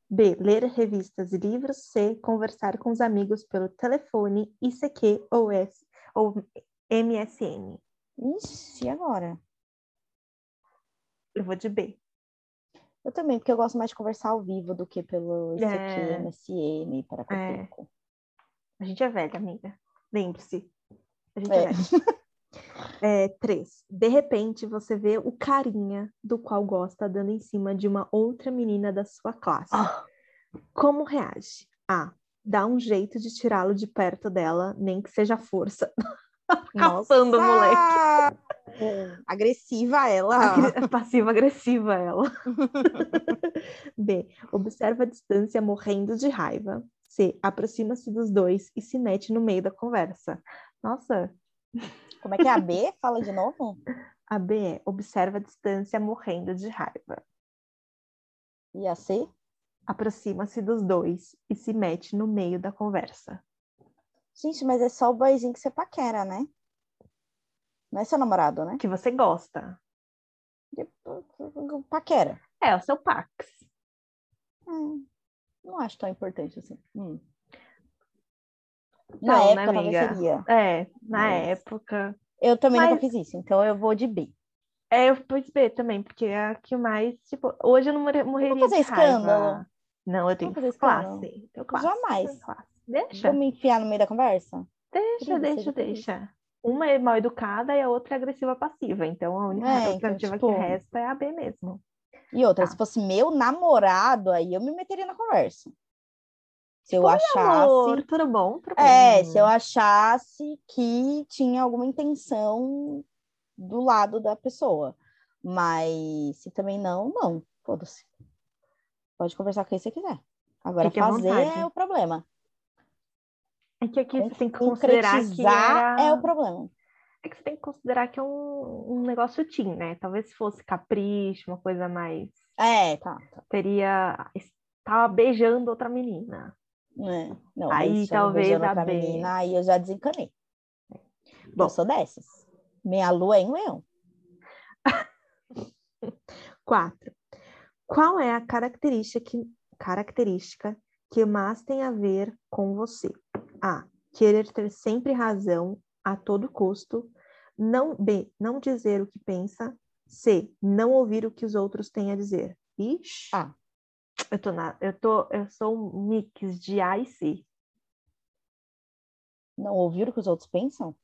[SPEAKER 2] B. Ler revistas e livros. C. Conversar com os amigos pelo telefone, ICQ ou, S, ou MSN.
[SPEAKER 1] Ixi, e agora?
[SPEAKER 2] Eu vou de B.
[SPEAKER 1] Eu também, porque eu gosto mais de conversar ao vivo do que pelo ICQ,
[SPEAKER 2] É.
[SPEAKER 1] MSN, para
[SPEAKER 2] A gente é velha, amiga. Lembre-se. A gente é,
[SPEAKER 1] É.
[SPEAKER 2] velha. É, três. De repente, você vê o carinha do qual gosta dando em cima de uma outra menina da sua classe. Como reage? A. Dá um jeito de tirá-lo de perto dela, nem que seja à força. Capando o moleque.
[SPEAKER 1] moleque. Agressiva ela.
[SPEAKER 2] Agre- Passiva-agressiva é ela. B. Observa a distância morrendo de raiva. C. Aproxima-se dos dois e se mete no meio da conversa. Nossa,
[SPEAKER 1] Como é que é a B? Fala de novo.
[SPEAKER 2] a B é observa a distância morrendo de raiva.
[SPEAKER 1] E a C?
[SPEAKER 2] Aproxima-se dos dois e se mete no meio da conversa.
[SPEAKER 1] Gente, mas é só o boyzinho que você paquera, né? Não é seu namorado, né?
[SPEAKER 2] Que você gosta.
[SPEAKER 1] Paquera.
[SPEAKER 2] É, o seu Pax.
[SPEAKER 1] Hum, não acho tão importante assim. Hum. Na
[SPEAKER 2] Não, né,
[SPEAKER 1] época,
[SPEAKER 2] amiga?
[SPEAKER 1] talvez seria.
[SPEAKER 2] É, na
[SPEAKER 1] Mas-
[SPEAKER 2] época.
[SPEAKER 1] Eu também
[SPEAKER 2] Mas-
[SPEAKER 1] nunca fiz isso, então eu vou de B.
[SPEAKER 2] É, eu pus B também, porque é a que mais, tipo, hoje eu não morre- morreria
[SPEAKER 1] fazer
[SPEAKER 2] de raiva.
[SPEAKER 1] escândalo.
[SPEAKER 2] Não, eu tenho
[SPEAKER 1] fazer escândalo.
[SPEAKER 2] classe. Eu classe.
[SPEAKER 1] Jamais.
[SPEAKER 2] eu classe. Deixa,
[SPEAKER 1] Vou me enfiar no meio da conversa?
[SPEAKER 2] deixa,
[SPEAKER 1] Preguiça
[SPEAKER 2] deixa,
[SPEAKER 1] de preguiça.
[SPEAKER 2] deixa. Uma é mal educada e a outra é agressiva passiva. Então a única
[SPEAKER 1] É, então,
[SPEAKER 2] alternativa
[SPEAKER 1] tipo,
[SPEAKER 2] que resta é a B mesmo.
[SPEAKER 1] E outra,
[SPEAKER 2] Tá.
[SPEAKER 1] se fosse meu namorado, aí eu me meteria na conversa. Se eu
[SPEAKER 2] Oi,
[SPEAKER 1] achasse.
[SPEAKER 2] Amor, tudo bom? Tudo
[SPEAKER 1] É,
[SPEAKER 2] bem?
[SPEAKER 1] se eu achasse que tinha alguma intenção do lado da pessoa. Mas se também não, não. Foda-se. Pode conversar com quem você quiser. Agora,
[SPEAKER 2] Fique à
[SPEAKER 1] fazer
[SPEAKER 2] vontade.
[SPEAKER 1] é o problema.
[SPEAKER 2] É que aqui
[SPEAKER 1] Con-
[SPEAKER 2] você tem que considerar que
[SPEAKER 1] Concretizar
[SPEAKER 2] era-
[SPEAKER 1] é o problema.
[SPEAKER 2] é que você tem que considerar que é um, um negócio teen, né? Talvez se fosse capricho, uma coisa mais.
[SPEAKER 1] É, tá. tá.
[SPEAKER 2] Teria. Estava beijando outra menina.
[SPEAKER 1] É, Não,
[SPEAKER 2] Aí
[SPEAKER 1] mas se eu não
[SPEAKER 2] talvez
[SPEAKER 1] beijando
[SPEAKER 2] a
[SPEAKER 1] outra
[SPEAKER 2] bem.
[SPEAKER 1] menina, aí eu já desencanei.
[SPEAKER 2] Bom.
[SPEAKER 1] Eu sou dessas. Minha lua é em leão.
[SPEAKER 2] Quatro. Qual é a característica que, característica que mais tem a ver com você? A. Querer ter sempre razão a todo custo. Não, B. Não dizer o que pensa. C. Não ouvir o que os outros têm a dizer. Ixi.
[SPEAKER 1] Ah.
[SPEAKER 2] Eu, tô na, eu, tô, eu sou um mix de A e C.
[SPEAKER 1] Não ouviram o que os outros pensam?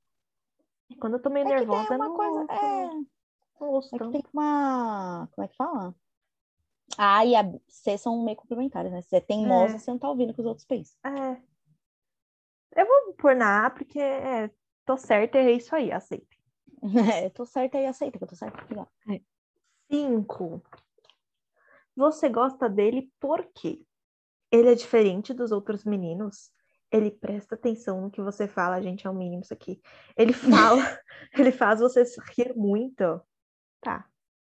[SPEAKER 2] Quando eu tô meio
[SPEAKER 1] É que
[SPEAKER 2] nervosa, né?
[SPEAKER 1] tem
[SPEAKER 2] eu
[SPEAKER 1] uma
[SPEAKER 2] não,
[SPEAKER 1] coisa.
[SPEAKER 2] ouço,
[SPEAKER 1] É,
[SPEAKER 2] não ouço
[SPEAKER 1] É que
[SPEAKER 2] tanto.
[SPEAKER 1] tem que uma. Como é que fala? A A e a C são meio complementares, né? Se você tem mouse,
[SPEAKER 2] É.
[SPEAKER 1] você não tá ouvindo o que os outros pensam.
[SPEAKER 2] É. Eu vou pôr na A, porque é, tô certa, errei isso aí, aceito.
[SPEAKER 1] É, eu tô certa e aceita que eu tô certa. Legal.
[SPEAKER 2] 5. Você gosta dele por quê? Ele é diferente dos outros meninos? Ele presta atenção no que você fala, gente, é o mínimo isso aqui. Ele fala, ele faz você rir muito. Tá.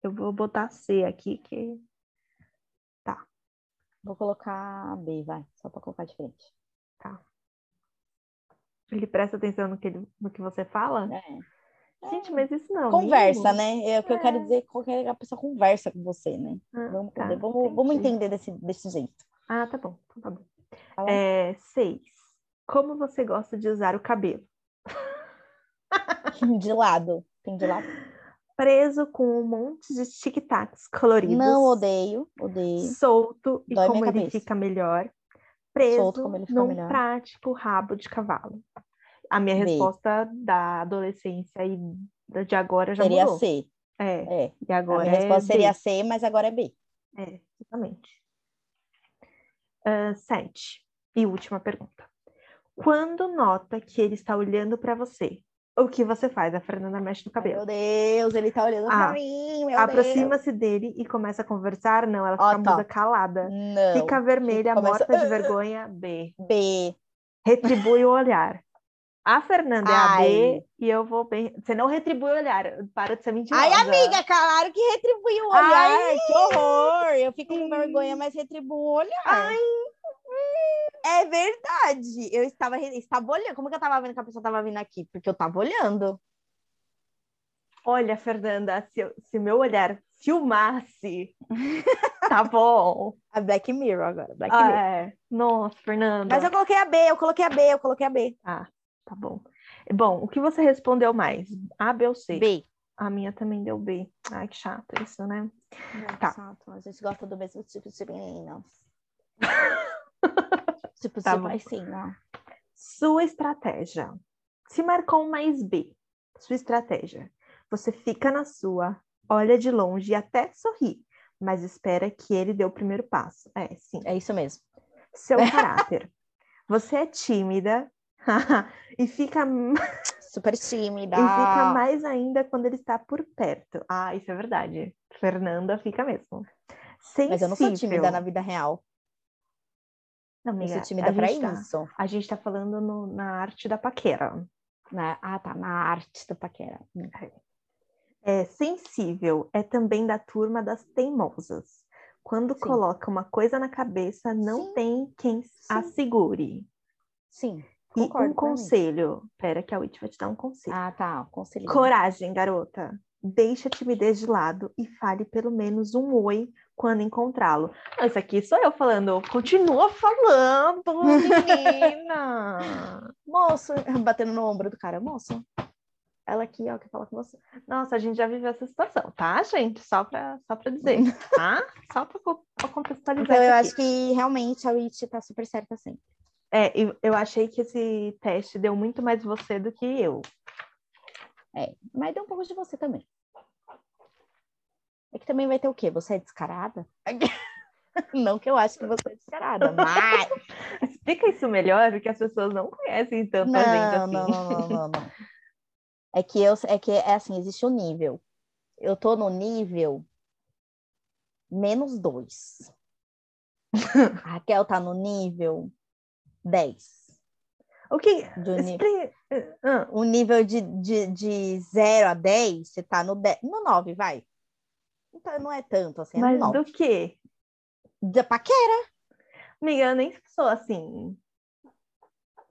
[SPEAKER 2] Eu vou botar C aqui que
[SPEAKER 1] Vou colocar B, vai, só pra colocar diferente.
[SPEAKER 2] ele presta atenção no que, ele- no que você fala?
[SPEAKER 1] É.
[SPEAKER 2] Gente, mas isso não. é o
[SPEAKER 1] Conversa,
[SPEAKER 2] mínimo?
[SPEAKER 1] né? É o que eu quero
[SPEAKER 2] É.
[SPEAKER 1] dizer, qualquer a pessoa conversa com você, né?
[SPEAKER 2] Ah,
[SPEAKER 1] Vamos,
[SPEAKER 2] tá,
[SPEAKER 1] poder- vamos, vamos
[SPEAKER 2] entendi.
[SPEAKER 1] entender desse, desse jeito.
[SPEAKER 2] Ah, tá bom. Então tá bom.
[SPEAKER 1] Tá bom.
[SPEAKER 2] É, seis. Como você gosta de usar o cabelo?
[SPEAKER 1] De lado. Tem de lado.
[SPEAKER 2] Preso com um monte de tic-tacs coloridos.
[SPEAKER 1] Não odeio, odeio.
[SPEAKER 2] solto e
[SPEAKER 1] Dói
[SPEAKER 2] como
[SPEAKER 1] minha
[SPEAKER 2] ele
[SPEAKER 1] cabeça.
[SPEAKER 2] fica melhor, preso
[SPEAKER 1] Solto como ele fica
[SPEAKER 2] num
[SPEAKER 1] melhor.
[SPEAKER 2] prático rabo de cavalo. A minha
[SPEAKER 1] Bem.
[SPEAKER 2] resposta da adolescência e da- de agora já
[SPEAKER 1] Seria
[SPEAKER 2] mudou.
[SPEAKER 1] C.
[SPEAKER 2] É,
[SPEAKER 1] É.
[SPEAKER 2] e
[SPEAKER 1] A minha
[SPEAKER 2] agora é
[SPEAKER 1] resposta
[SPEAKER 2] B,
[SPEAKER 1] seria C, mas agora é B.
[SPEAKER 2] exatamente. Ah, sete. E última pergunta. Quando nota que ele está olhando para você, o que você faz? A Fernanda mexe no
[SPEAKER 1] Ai,
[SPEAKER 2] cabelo.
[SPEAKER 1] Meu Deus, ele tá olhando
[SPEAKER 2] Ah,
[SPEAKER 1] pra mim, meu Deus.
[SPEAKER 2] Aproxima-se dele e começa a conversar. Não, ela
[SPEAKER 1] Ó,
[SPEAKER 2] fica
[SPEAKER 1] tá.
[SPEAKER 2] muda calada.
[SPEAKER 1] Não.
[SPEAKER 2] Fica vermelha,
[SPEAKER 1] começa-
[SPEAKER 2] morta de vergonha. B.
[SPEAKER 1] B. tá?
[SPEAKER 2] Retribui o olhar. A Fernanda é a
[SPEAKER 1] Ai.
[SPEAKER 2] B e eu vou bem. Você não retribui o olhar. Para de ser mentirosa.
[SPEAKER 1] Ai, amiga, claro que retribui o olhar.
[SPEAKER 2] Ai.
[SPEAKER 1] Que horror! Eu fico
[SPEAKER 2] Sim.
[SPEAKER 1] com vergonha, mas retribuo o olhar.
[SPEAKER 2] Ai.
[SPEAKER 1] É verdade. Eu estava, re- estava olhando. Como que eu
[SPEAKER 2] é
[SPEAKER 1] estava vendo que a pessoa estava vindo aqui? Porque eu estava olhando.
[SPEAKER 2] Olha, Fernanda, se, eu- se meu olhar filmasse, tá bom.
[SPEAKER 1] A Black Mirror agora. Black
[SPEAKER 2] Ah,
[SPEAKER 1] Mirror.
[SPEAKER 2] é. Nossa, Fernanda.
[SPEAKER 1] Mas eu coloquei a B, eu coloquei a B, eu coloquei a B.
[SPEAKER 2] Tá bom. Bom, o que você respondeu mais? A, B ou C?
[SPEAKER 1] B.
[SPEAKER 2] A minha também deu B. Ai, que chato isso, né? Tá.
[SPEAKER 1] Exato, a gente gosta do mesmo tipo de menino. tipo,
[SPEAKER 2] Tá
[SPEAKER 1] tipo
[SPEAKER 2] bom.
[SPEAKER 1] assim, ó.
[SPEAKER 2] Sua estratégia. Se marcou um mais B, sua estratégia. Você fica na sua, olha de longe e até sorri, mas espera que ele dê o primeiro passo. É, sim.
[SPEAKER 1] É isso mesmo.
[SPEAKER 2] Seu caráter. Você é tímida e fica, e
[SPEAKER 1] Super tímida.
[SPEAKER 2] fica mais ainda quando ele está por perto. Ah, isso é verdade. Fernanda fica mesmo. Sensível.
[SPEAKER 1] Mas eu não sou tímida na vida real.
[SPEAKER 2] Não,
[SPEAKER 1] Eu
[SPEAKER 2] amiga,
[SPEAKER 1] sou
[SPEAKER 2] a
[SPEAKER 1] tímida pra
[SPEAKER 2] gente tá-
[SPEAKER 1] isso.
[SPEAKER 2] a gente está falando no- na arte da paquera.
[SPEAKER 1] Na- ah, tá. Na arte do paquera. Hum.
[SPEAKER 2] É sensível, é também da turma das teimosas. Quando
[SPEAKER 1] Sim.
[SPEAKER 2] coloca uma coisa na cabeça, não
[SPEAKER 1] Sim.
[SPEAKER 2] tem quem a
[SPEAKER 1] Sim.
[SPEAKER 2] segure.
[SPEAKER 1] Sim.
[SPEAKER 2] E
[SPEAKER 1] Concordo
[SPEAKER 2] um
[SPEAKER 1] conselho.
[SPEAKER 2] conselho. Pera que a Witch vai te dar um conselho.
[SPEAKER 1] Ah, tá. Conselho.
[SPEAKER 2] Coragem, garota. Deixa a timidez de lado e fale pelo menos um oi quando encontrá-lo. Ah, Isso aqui sou eu falando. Continua falando, menina.
[SPEAKER 1] Moço, batendo no ombro do cara. Moço.
[SPEAKER 2] Ela aqui, ó, que fala com você. Nossa, a gente já viveu essa situação, tá, gente? Só pra, só pra dizer, tá? Só pra, co- pra contextualizar.
[SPEAKER 1] Então eu
[SPEAKER 2] isso
[SPEAKER 1] acho que realmente a Witch tá super certa sempre.
[SPEAKER 2] aqui. É, e eu achei que esse teste deu muito mais você do que eu.
[SPEAKER 1] Mas deu um pouco de você também. É que também vai ter o quê? Você é descarada? Não que eu acho que você é descarada, mas.
[SPEAKER 2] Explica isso melhor, porque as pessoas não conhecem tanto a gente
[SPEAKER 1] Não,
[SPEAKER 2] assim.
[SPEAKER 1] não, não, não, não, não. É que eu, é que é assim, existe um nível. Eu tô no nível menos dois. A Raquel tá no nível 10.
[SPEAKER 2] O que?
[SPEAKER 1] Do ni-
[SPEAKER 2] Expre- Ah,
[SPEAKER 1] O nível de, de, de 0 a 10, você tá no, de... no 9, vai. Então não é tanto assim, é
[SPEAKER 2] mas
[SPEAKER 1] no 9.
[SPEAKER 2] do que?
[SPEAKER 1] Da paquera,
[SPEAKER 2] Amiga, eu nem sou assim.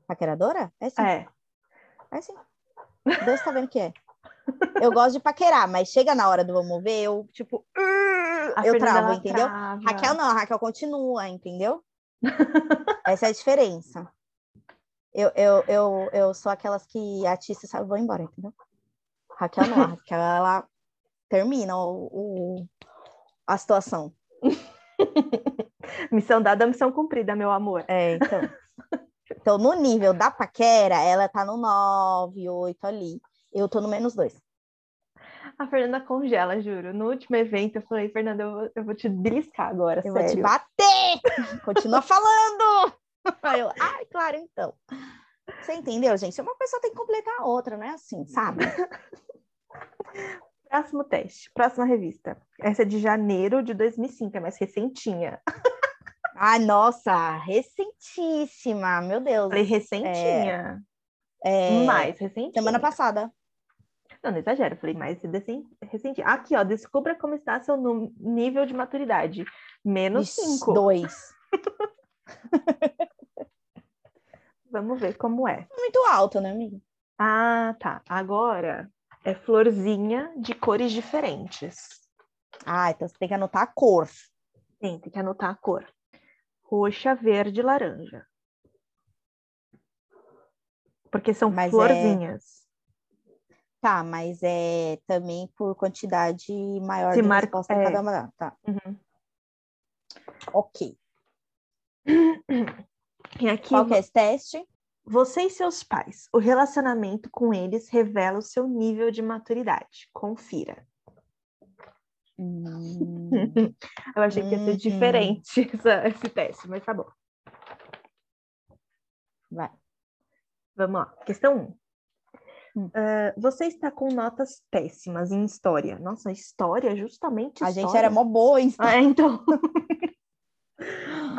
[SPEAKER 1] paqueradora? É sim,
[SPEAKER 2] É.
[SPEAKER 1] é sim. Deus tá vendo que é. Eu gosto de paquerar, mas chega na hora do vamos ver, eu, tipo,
[SPEAKER 2] A
[SPEAKER 1] eu
[SPEAKER 2] Ah, Fernanda,
[SPEAKER 1] travo,
[SPEAKER 2] ela
[SPEAKER 1] entendeu?
[SPEAKER 2] trava.
[SPEAKER 1] Raquel não, a Raquel continua, entendeu? Essa é a diferença. Eu, eu, eu, eu sou aquelas que artistas sabe, vão embora, entendeu? Raquel não, a Raquel ela termina o, o- a situação.
[SPEAKER 2] Missão dada, missão cumprida, meu amor.
[SPEAKER 1] É, então. Então, no nível da paquera, ela tá no 9, 8 ali. Eu tô no menos 2.
[SPEAKER 2] A Fernanda congela, juro. No último evento, eu falei, Fernanda, eu vou, eu vou te beliscar agora,
[SPEAKER 1] Eu vou te
[SPEAKER 2] sério.
[SPEAKER 1] bater! Continua falando! Aí eu, ai, claro, então. Você entendeu, gente? Uma pessoa tem que completar a outra, não é assim, sabe?
[SPEAKER 2] Próximo teste, próxima revista. Essa é de janeiro de 2005, é mais recentinha.
[SPEAKER 1] Ai, nossa, recentíssima, meu Deus.
[SPEAKER 2] Falei recentinha,
[SPEAKER 1] É,
[SPEAKER 2] mais recentinha.
[SPEAKER 1] Semana passada.
[SPEAKER 2] Não, não exagero, falei mais recen- recentinha. Aqui, ó, descubra como está seu nu- nível de maturidade. Menos
[SPEAKER 1] Ixi,
[SPEAKER 2] 5.
[SPEAKER 1] Dois.
[SPEAKER 2] Vamos ver como é.
[SPEAKER 1] Muito alto, né, amiga?
[SPEAKER 2] Ah, tá. Agora é florzinha de cores diferentes.
[SPEAKER 1] Ah, então você tem que anotar a cor.
[SPEAKER 2] Tem, tem que anotar a cor. Roxa, verde e laranja. Porque são
[SPEAKER 1] Mas é-
[SPEAKER 2] florzinhas.
[SPEAKER 1] Tá, mas é também por quantidade maior
[SPEAKER 2] Se
[SPEAKER 1] de
[SPEAKER 2] mar-
[SPEAKER 1] resposta
[SPEAKER 2] é.
[SPEAKER 1] em cada uma. Tá,
[SPEAKER 2] Uhum.
[SPEAKER 1] ok.
[SPEAKER 2] E aqui,
[SPEAKER 1] Qual que é esse teste?
[SPEAKER 2] você e seus pais, o relacionamento com eles revela o seu nível de maturidade. Confira.
[SPEAKER 1] Hum,
[SPEAKER 2] Eu achei que ia ser
[SPEAKER 1] Hum.
[SPEAKER 2] diferente essa- esse teste, mas tá bom.
[SPEAKER 1] vai.
[SPEAKER 2] Vamos lá. Questão 1.
[SPEAKER 1] Hum.
[SPEAKER 2] você está com notas péssimas em história. Nossa, história, é justamente
[SPEAKER 1] A
[SPEAKER 2] história.
[SPEAKER 1] gente era mó boa, hein?
[SPEAKER 2] Ah, é, então.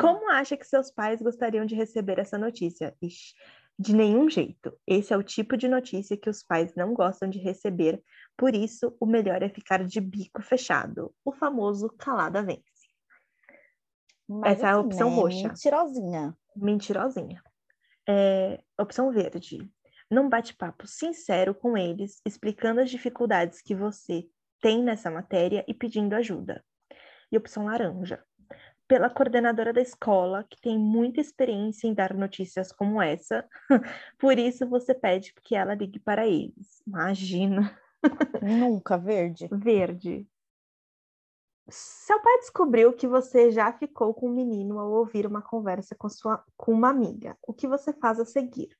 [SPEAKER 2] Como acha que seus pais gostariam de receber essa notícia? Ixi, de nenhum jeito. Esse é o tipo de notícia que os pais não gostam de receber. Por isso, o melhor é ficar de bico fechado. O famoso calada vence.
[SPEAKER 1] Mas assim,
[SPEAKER 2] essa é a opção roxa.
[SPEAKER 1] Mentirosinha.
[SPEAKER 2] Mentirosinha. É, opção verde. Num bate-papo sincero com eles, explicando as dificuldades que você tem nessa matéria e pedindo ajuda. E opção laranja. Pela coordenadora da escola, que tem muita experiência em dar notícias como essa, por isso você pede que ela ligue para eles. Imagina.
[SPEAKER 1] Nunca verde.
[SPEAKER 2] Verde. Seu pai descobriu que você já ficou com um menino ao ouvir uma conversa com, sua, com uma amiga. O que você faz a seguir?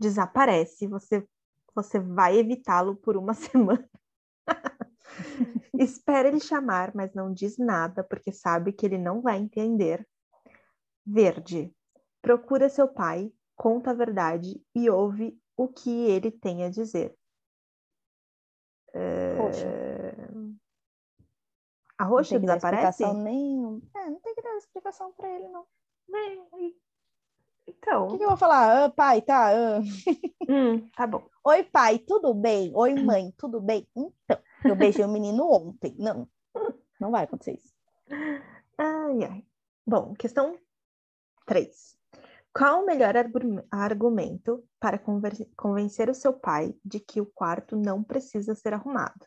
[SPEAKER 2] Desaparece, você, você vai evitá-lo por uma semana. Espera ele chamar, mas não diz nada, porque sabe que ele não vai entender. Verde. Procura seu pai, conta a verdade e ouve o que ele tem a dizer.
[SPEAKER 1] Roxa.
[SPEAKER 2] Eh, A
[SPEAKER 1] Não
[SPEAKER 2] roxa
[SPEAKER 1] tem que dar
[SPEAKER 2] desaparece?
[SPEAKER 1] explicação nenhuma. É, não tem que dar explicação pra ele, não.
[SPEAKER 2] Bem,
[SPEAKER 1] O
[SPEAKER 2] Né? Então,
[SPEAKER 1] que, que eu vou falar? Ah, pai, tá. ah.
[SPEAKER 2] hum, tá bom.
[SPEAKER 1] Oi, pai, tudo bem? Oi, mãe, tudo bem? Então, eu beijei o menino ontem. Não, não vai acontecer isso.
[SPEAKER 2] Ai, ai. Bom, questão 3. Qual o melhor argu- argumento para conver- convencer o seu pai de que o quarto não precisa ser arrumado?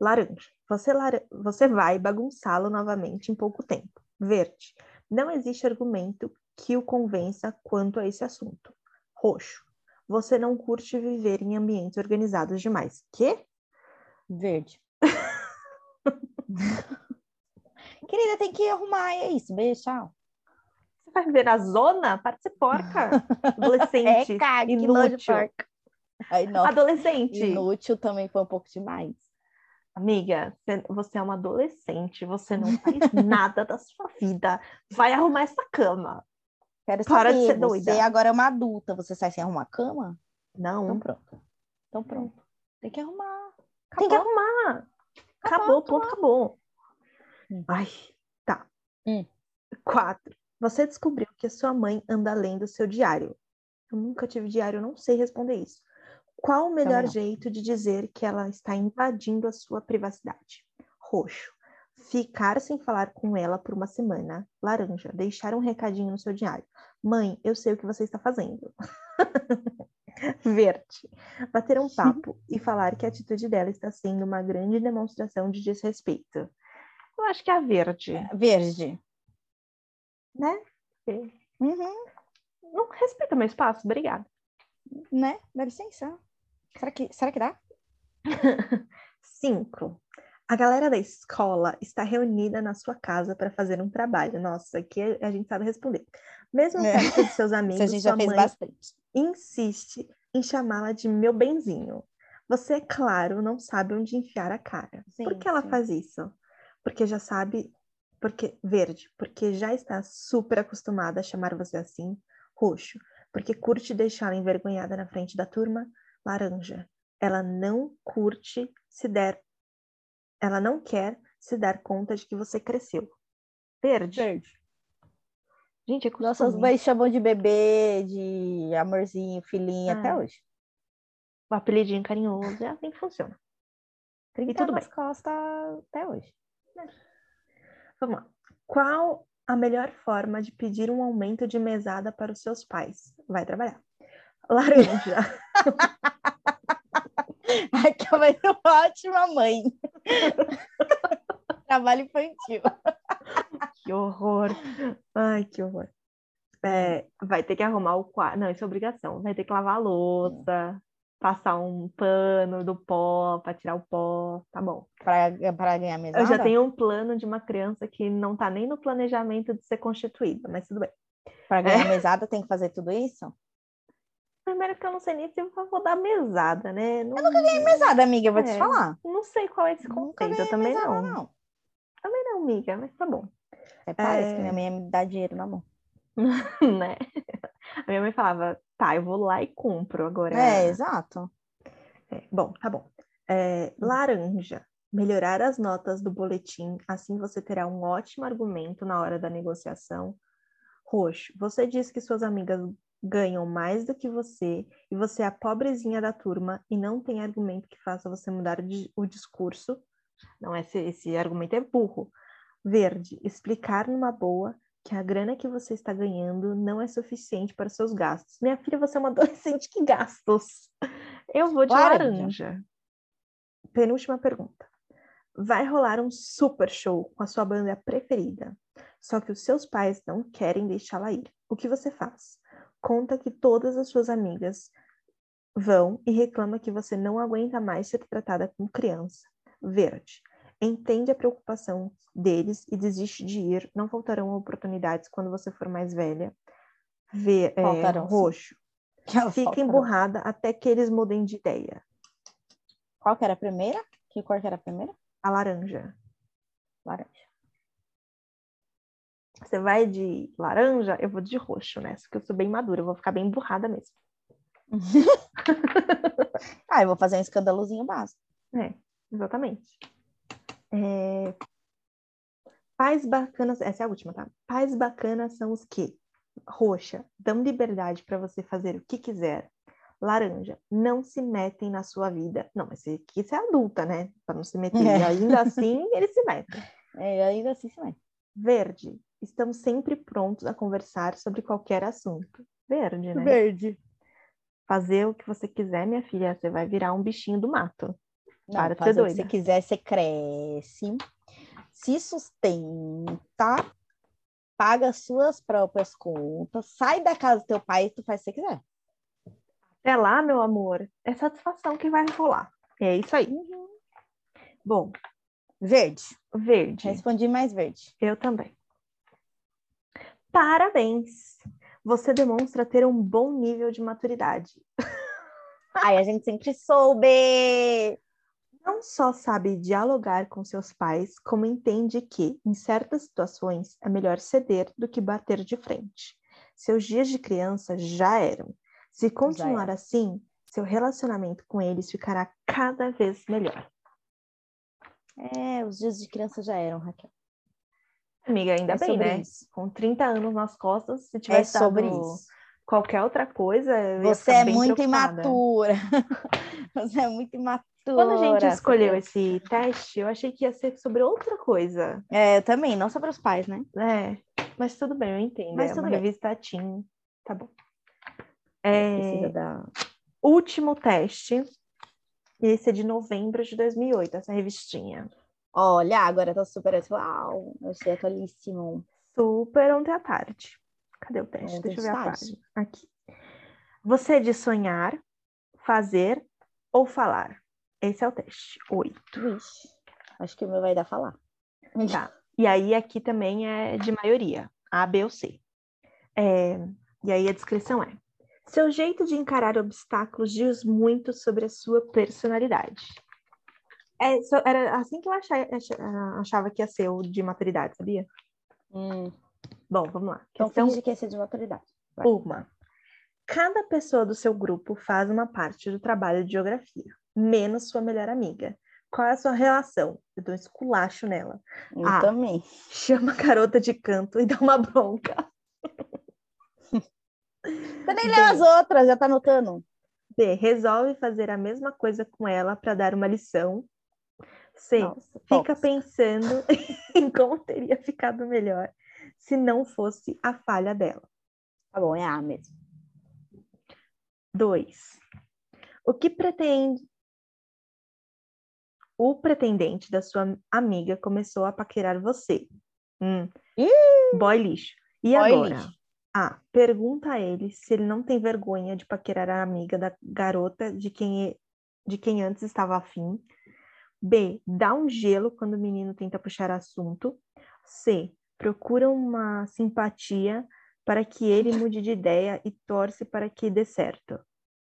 [SPEAKER 2] Laranja. Você, lara- você vai bagunçá-lo novamente em pouco tempo. Verde. Não existe argumento que o convença quanto a esse assunto. Roxo. Você não curte viver em ambientes organizados demais. Quê?
[SPEAKER 1] Verde. Querida, tem que arrumar, é isso. Beijo, tchau.
[SPEAKER 2] Você vai viver na zona? Para de ser porca. Adolescente.
[SPEAKER 1] É, cara,
[SPEAKER 2] inútil.
[SPEAKER 1] Ai, nossa,
[SPEAKER 2] Adolescente.
[SPEAKER 1] inútil também foi um pouco demais.
[SPEAKER 2] Amiga, cê- você é uma adolescente, você não faz nada da sua vida. Vai arrumar essa cama.
[SPEAKER 1] Quero
[SPEAKER 2] Para de
[SPEAKER 1] saber,
[SPEAKER 2] ser doida.
[SPEAKER 1] Você agora é uma adulta, você sai sem arrumar a cama? Então
[SPEAKER 2] Não,
[SPEAKER 1] pronto. Então pronto. Tem que arrumar.
[SPEAKER 2] Hum. tem que
[SPEAKER 1] Acabou.
[SPEAKER 2] arrumar. Acabou,
[SPEAKER 1] Acabou,
[SPEAKER 2] o ponto, acabou.
[SPEAKER 1] Hum.
[SPEAKER 2] Ai, tá.
[SPEAKER 1] Hum.
[SPEAKER 2] Quatro. Você descobriu que a sua mãe anda lendo o seu diário. Eu nunca tive diário, eu não sei responder isso. Qual o melhor
[SPEAKER 1] não.
[SPEAKER 2] jeito de dizer que ela está invadindo a sua privacidade? Roxo. Ficar sem falar com ela por uma semana. Laranja. Deixar um recadinho no seu diário. Mãe, eu sei o que você está fazendo. Verde. Bater um papo e falar que a atitude dela está sendo uma grande demonstração de desrespeito. Eu acho que é a verde.
[SPEAKER 1] Verde.
[SPEAKER 2] Né?
[SPEAKER 1] Uhum,
[SPEAKER 2] Não respeita meu espaço, obrigada.
[SPEAKER 1] né? Dá licença. Será que, será que dá?
[SPEAKER 2] Cinco. A galera da escola está reunida na sua casa para fazer um trabalho. Nossa, aqui a gente sabe responder. Mesmo
[SPEAKER 1] É.
[SPEAKER 2] perto de seus
[SPEAKER 1] Se a gente
[SPEAKER 2] amigos,
[SPEAKER 1] já
[SPEAKER 2] sua
[SPEAKER 1] fez
[SPEAKER 2] mãe
[SPEAKER 1] bastante.
[SPEAKER 2] insiste em chamá-la de meu benzinho. Você, é claro, não sabe onde enfiar a cara. Por que ela
[SPEAKER 1] Gente.
[SPEAKER 2] faz isso? Porque já sabe, porque verde, porque já está super acostumada a chamar você assim, roxo, porque curte deixá-la envergonhada na frente da turma, laranja. Ela não curte se der, ela não quer se dar conta de que você cresceu. Verde.
[SPEAKER 1] Verde.
[SPEAKER 2] Gente, é com
[SPEAKER 1] Nossas
[SPEAKER 2] sozinho.
[SPEAKER 1] mães chamam de bebê, de amorzinho, filhinha,
[SPEAKER 2] Ah,
[SPEAKER 1] até hoje.
[SPEAKER 2] o apelidinho carinhoso, é assim que funciona.
[SPEAKER 1] Trinca
[SPEAKER 2] tudo
[SPEAKER 1] nas costas até hoje.
[SPEAKER 2] Vamos lá. Qual a melhor forma de pedir um aumento de mesada para os seus pais? Vai trabalhar. Laranja.
[SPEAKER 1] Aquela vai ser é uma ótima mãe. Trabalho infantil.
[SPEAKER 2] que horror. Ai, que horror. É, vai ter que arrumar o quarto. Não, isso é obrigação. Vai ter que lavar a louça, passar um pano do pó para tirar o pó. Tá bom.
[SPEAKER 1] Pra, pra ganhar mesada?
[SPEAKER 2] Eu já tenho um plano de uma criança que não tá nem no planejamento de ser constituída, mas tudo bem.
[SPEAKER 1] Pra
[SPEAKER 2] É.
[SPEAKER 1] ganhar mesada tem que fazer tudo isso?
[SPEAKER 2] Primeiro que eu não sei nem se eu vou dar mesada, né? Não,
[SPEAKER 1] Mesada, amiga, eu vou te
[SPEAKER 2] É,
[SPEAKER 1] falar.
[SPEAKER 2] não sei qual é esse
[SPEAKER 1] Nunca
[SPEAKER 2] conceito. Eu
[SPEAKER 1] ganhei
[SPEAKER 2] também
[SPEAKER 1] mesada,
[SPEAKER 2] não.
[SPEAKER 1] não.
[SPEAKER 2] Também não, amiga, mas tá bom.
[SPEAKER 1] Até parece
[SPEAKER 2] É.
[SPEAKER 1] que minha mãe ia me dar dinheiro na mão.
[SPEAKER 2] né? A minha mãe falava, tá, eu vou lá e compro agora.
[SPEAKER 1] É, exato.
[SPEAKER 2] É, Bom, tá bom. É, laranja. Melhorar as notas do boletim, assim você terá um ótimo argumento na hora da negociação. Roxo. Você diz que suas amigas ganham mais do que você e você é a pobrezinha da turma e não tem argumento que faça você mudar o di- o discurso. Não, esse, esse argumento é burro. Verde. Explicar numa boa que a grana que você está ganhando não é suficiente para os seus gastos. Minha filha, você é uma adolescente que gastos. Eu vou de
[SPEAKER 1] Laranja.
[SPEAKER 2] laranja. Penúltima pergunta. Vai rolar um super show com a sua banda preferida, só que os seus pais não querem deixá-la ir. O que você faz? Conta que todas as suas amigas vão e reclama que você não aguenta mais ser tratada como criança. Verde. Entende a preocupação deles e desiste de ir. Não faltarão oportunidades quando você for mais velha. Ver, é,
[SPEAKER 1] Faltarão, sim. Ah,
[SPEAKER 2] roxo. Fica
[SPEAKER 1] Faltaram.
[SPEAKER 2] emburrada até que eles mudem de ideia.
[SPEAKER 1] Qual que era a primeira? Que cor que era a primeira?
[SPEAKER 2] A laranja.
[SPEAKER 1] Laranja.
[SPEAKER 2] Você vai de laranja, eu vou de roxo nessa, porque eu sou bem madura, eu vou ficar bem emburrada mesmo.
[SPEAKER 1] Ah, eu vou fazer um escandalozinho básico.
[SPEAKER 2] É, Exatamente. É, Pais bacanas, essa é a última, tá? Pais bacanas são os que? Roxa, dão liberdade para você fazer o que quiser. Laranja, não se metem na sua vida. Não, mas isso aqui você é adulta, né? Para não se meter.
[SPEAKER 1] É.
[SPEAKER 2] E ainda assim, eles se metem.
[SPEAKER 1] É, ainda assim, sim, mãe.
[SPEAKER 2] Verde. Estamos sempre prontos a conversar sobre qualquer assunto. Verde, né?
[SPEAKER 1] Verde.
[SPEAKER 2] Fazer o que você quiser, minha filha. Você vai virar um bichinho do mato.
[SPEAKER 1] Não,
[SPEAKER 2] Para de ser
[SPEAKER 1] fazer o que
[SPEAKER 2] doida.
[SPEAKER 1] você quiser, você cresce, se sustenta, paga suas próprias contas, sai da casa do teu pai e tu faz o que você quiser.
[SPEAKER 2] Até lá, meu amor. É satisfação que vai rolar. É isso aí.
[SPEAKER 1] Uhum.
[SPEAKER 2] Bom,
[SPEAKER 1] Verde.
[SPEAKER 2] verde.
[SPEAKER 1] Respondi mais verde.
[SPEAKER 2] Eu também. Parabéns! Você demonstra ter um bom nível de maturidade.
[SPEAKER 1] É, Ai, a gente sempre soube.
[SPEAKER 2] Não só sabe dialogar com seus pais, como entende que, em certas situações, é melhor ceder do que bater de frente. Seus dias de criança já eram. Se continuar
[SPEAKER 1] era.
[SPEAKER 2] assim, seu relacionamento com eles ficará cada vez melhor.
[SPEAKER 1] É, os dias de criança já eram, Raquel.
[SPEAKER 2] Amiga, ainda
[SPEAKER 1] é
[SPEAKER 2] bem,
[SPEAKER 1] sobre
[SPEAKER 2] né?
[SPEAKER 1] isso.
[SPEAKER 2] Com 30 anos nas costas, se
[SPEAKER 1] É
[SPEAKER 2] tivesse dado
[SPEAKER 1] sobre isso.
[SPEAKER 2] qualquer outra coisa, eu ia
[SPEAKER 1] Você
[SPEAKER 2] ficar
[SPEAKER 1] é
[SPEAKER 2] bem
[SPEAKER 1] muito
[SPEAKER 2] preocupada.
[SPEAKER 1] imatura. Você é muito imatura.
[SPEAKER 2] Quando a gente escolheu
[SPEAKER 1] Raquel.
[SPEAKER 2] esse teste, eu achei que ia ser sobre outra coisa,
[SPEAKER 1] É, eu também, não sobre os pais, né?
[SPEAKER 2] né? Mas tudo bem, eu entendo.
[SPEAKER 1] Mas
[SPEAKER 2] é
[SPEAKER 1] tudo
[SPEAKER 2] uma
[SPEAKER 1] bem.
[SPEAKER 2] revista Teen. Tá bom. É,
[SPEAKER 1] Precisa da.
[SPEAKER 2] Último teste. E esse é de novembro de 2008, essa revistinha.
[SPEAKER 1] Olha, agora tá super atual. Eu sei atualíssimo.
[SPEAKER 2] Super ontem à tarde. Cadê o teste?
[SPEAKER 1] Ontem
[SPEAKER 2] Deixa eu ver a
[SPEAKER 1] tarde.
[SPEAKER 2] página. Aqui. Você é de sonhar, fazer ou falar? Esse é o teste. Oito.
[SPEAKER 1] Vixe, acho que o meu vai dar falar.
[SPEAKER 2] Tá. E aí aqui também é de maioria, A, B ou C. É, e aí a descrição é: seu jeito de encarar obstáculos diz muito sobre a sua personalidade. É, só- era assim que eu achai- acha- ah, achava, que ia ser o de maturidade, sabia?
[SPEAKER 1] Hum,
[SPEAKER 2] Bom, vamos lá.
[SPEAKER 1] então,
[SPEAKER 2] Questão
[SPEAKER 1] finge que esse é de maturidade. vai.
[SPEAKER 2] uma. Cada pessoa do seu grupo faz uma parte do trabalho de geografia, menos sua melhor amiga. Qual é a sua relação? Eu dou um esculacho nela.
[SPEAKER 1] Eu
[SPEAKER 2] Ah.
[SPEAKER 1] também.
[SPEAKER 2] chama a garota de canto e dá uma bronca.
[SPEAKER 1] Você nem leu as outras, já tá anotando.
[SPEAKER 2] B, resolve fazer a mesma coisa com ela para dar uma lição. C,
[SPEAKER 1] Nossa,
[SPEAKER 2] fica
[SPEAKER 1] tóxico.
[SPEAKER 2] pensando em como teria ficado melhor se não fosse a falha dela.
[SPEAKER 1] Tá bom, é A mesmo.
[SPEAKER 2] 2. O que pretende o pretendente da sua amiga começou a paquerar você. Hum. Boy lixo. E
[SPEAKER 1] Boy
[SPEAKER 2] agora?
[SPEAKER 1] lixo.
[SPEAKER 2] A. Pergunta a ele se ele não tem vergonha de paquerar a amiga da garota de quem, e- de quem antes estava afim. B. Dá um gelo quando o menino tenta puxar assunto. C. Procura uma simpatia para que ele mude de ideia e torce para que dê certo.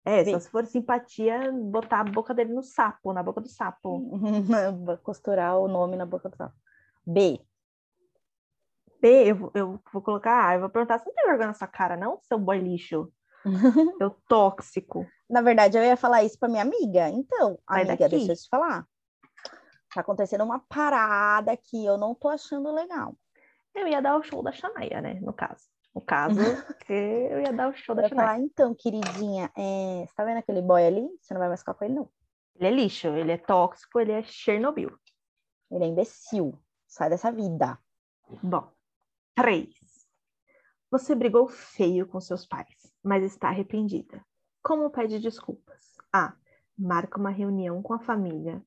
[SPEAKER 2] É, só
[SPEAKER 1] Sim.
[SPEAKER 2] se for simpatia, botar a boca dele no sapo, na boca do sapo.
[SPEAKER 1] Tipo, Costurar o nome na boca do sapo. B.
[SPEAKER 2] B, eu, vou- eu vou colocar A, eu vou perguntar, você não tem vergonha na sua cara, não, seu boy lixo? Seu tóxico.
[SPEAKER 1] Na verdade, eu ia falar isso pra minha amiga. Então,
[SPEAKER 2] Vai
[SPEAKER 1] amiga,
[SPEAKER 2] daqui?
[SPEAKER 1] deixa eu te falar. Tá acontecendo uma parada que eu não tô achando legal.
[SPEAKER 2] Eu ia dar o show da Shania, né? No caso. No caso, que eu ia dar o show
[SPEAKER 1] Eu
[SPEAKER 2] da
[SPEAKER 1] ia
[SPEAKER 2] Shania.
[SPEAKER 1] falar, então, queridinha, é, você tá vendo aquele boy ali? Você não vai mais ficar com ele, não.
[SPEAKER 2] Ele é lixo, ele é tóxico, ele é Chernobyl.
[SPEAKER 1] Ele é imbecil. Sai dessa vida.
[SPEAKER 2] Bom, três. Você brigou feio com seus pais, mas está arrependida. Como pede desculpas? A. Marca uma reunião com a família.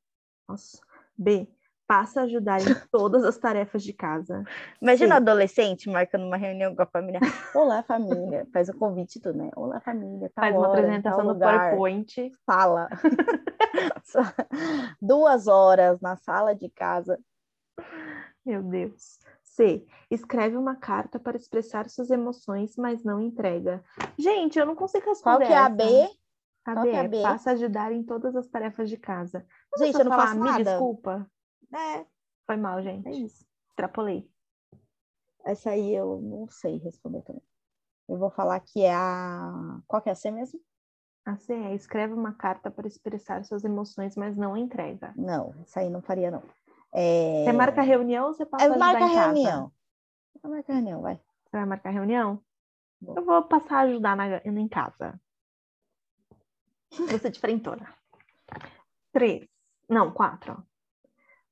[SPEAKER 2] Nossa. B. Passa a ajudar em todas as tarefas de casa.
[SPEAKER 1] Imagina
[SPEAKER 2] Sim.
[SPEAKER 1] um adolescente marcando uma reunião com a família. Olá, família. Faz o convite e tudo, né? Olá, família. Tal
[SPEAKER 2] Faz uma
[SPEAKER 1] hora, em
[SPEAKER 2] apresentação
[SPEAKER 1] tal
[SPEAKER 2] no
[SPEAKER 1] lugar.
[SPEAKER 2] PowerPoint.
[SPEAKER 1] Sala. Duas horas na sala de casa.
[SPEAKER 2] Meu Deus. C. Escreve uma carta para expressar suas emoções, mas não entrega. Gente, eu não consigo responder.
[SPEAKER 1] Qual que é a
[SPEAKER 2] essa.
[SPEAKER 1] B?
[SPEAKER 2] A
[SPEAKER 1] Qual
[SPEAKER 2] B
[SPEAKER 1] que é a
[SPEAKER 2] é
[SPEAKER 1] B?
[SPEAKER 2] passa a ajudar em todas as tarefas de casa. Quando
[SPEAKER 1] Gente,
[SPEAKER 2] você
[SPEAKER 1] eu não
[SPEAKER 2] falar,
[SPEAKER 1] faço
[SPEAKER 2] Me
[SPEAKER 1] nada."
[SPEAKER 2] desculpa.
[SPEAKER 1] É,
[SPEAKER 2] Foi mal, gente.
[SPEAKER 1] é isso.
[SPEAKER 2] Extrapolei.
[SPEAKER 1] Essa aí eu não sei responder também. Eu vou falar que é a. Qual que é a C mesmo?
[SPEAKER 2] A C é escreve uma carta para expressar suas emoções, mas não entrega.
[SPEAKER 1] Não, essa aí não faria, não. É...
[SPEAKER 2] Você marca a reunião ou você passa
[SPEAKER 1] é,
[SPEAKER 2] a ajudar
[SPEAKER 1] marca
[SPEAKER 2] em casa?
[SPEAKER 1] reunião. É, Marca reunião, vai.
[SPEAKER 2] Você vai marcar a reunião?
[SPEAKER 1] Vou.
[SPEAKER 2] Eu vou passar a ajudar na, em casa. Você é de frentona. Três. Não, quatro.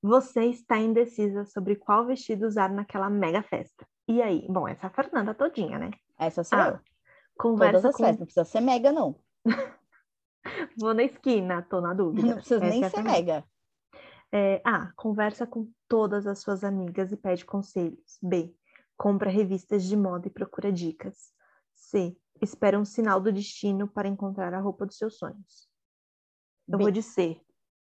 [SPEAKER 2] Você está indecisa sobre qual vestido usar naquela mega festa. E aí? Bom, essa é a Fernanda todinha, né?
[SPEAKER 1] Essa sou
[SPEAKER 2] Ah,
[SPEAKER 1] eu. Todas
[SPEAKER 2] Conversa
[SPEAKER 1] as
[SPEAKER 2] com...
[SPEAKER 1] festas. Não precisa ser mega, não.
[SPEAKER 2] Vou na esquina, tô na dúvida.
[SPEAKER 1] Não precisa
[SPEAKER 2] Essa
[SPEAKER 1] nem
[SPEAKER 2] é a
[SPEAKER 1] ser
[SPEAKER 2] Fernanda.
[SPEAKER 1] mega.
[SPEAKER 2] É, A. Conversa com todas as suas amigas e pede conselhos. B. Compra revistas de moda e procura dicas. C. Espera um sinal do destino para encontrar a roupa dos seus sonhos. Eu
[SPEAKER 1] B.
[SPEAKER 2] vou de C.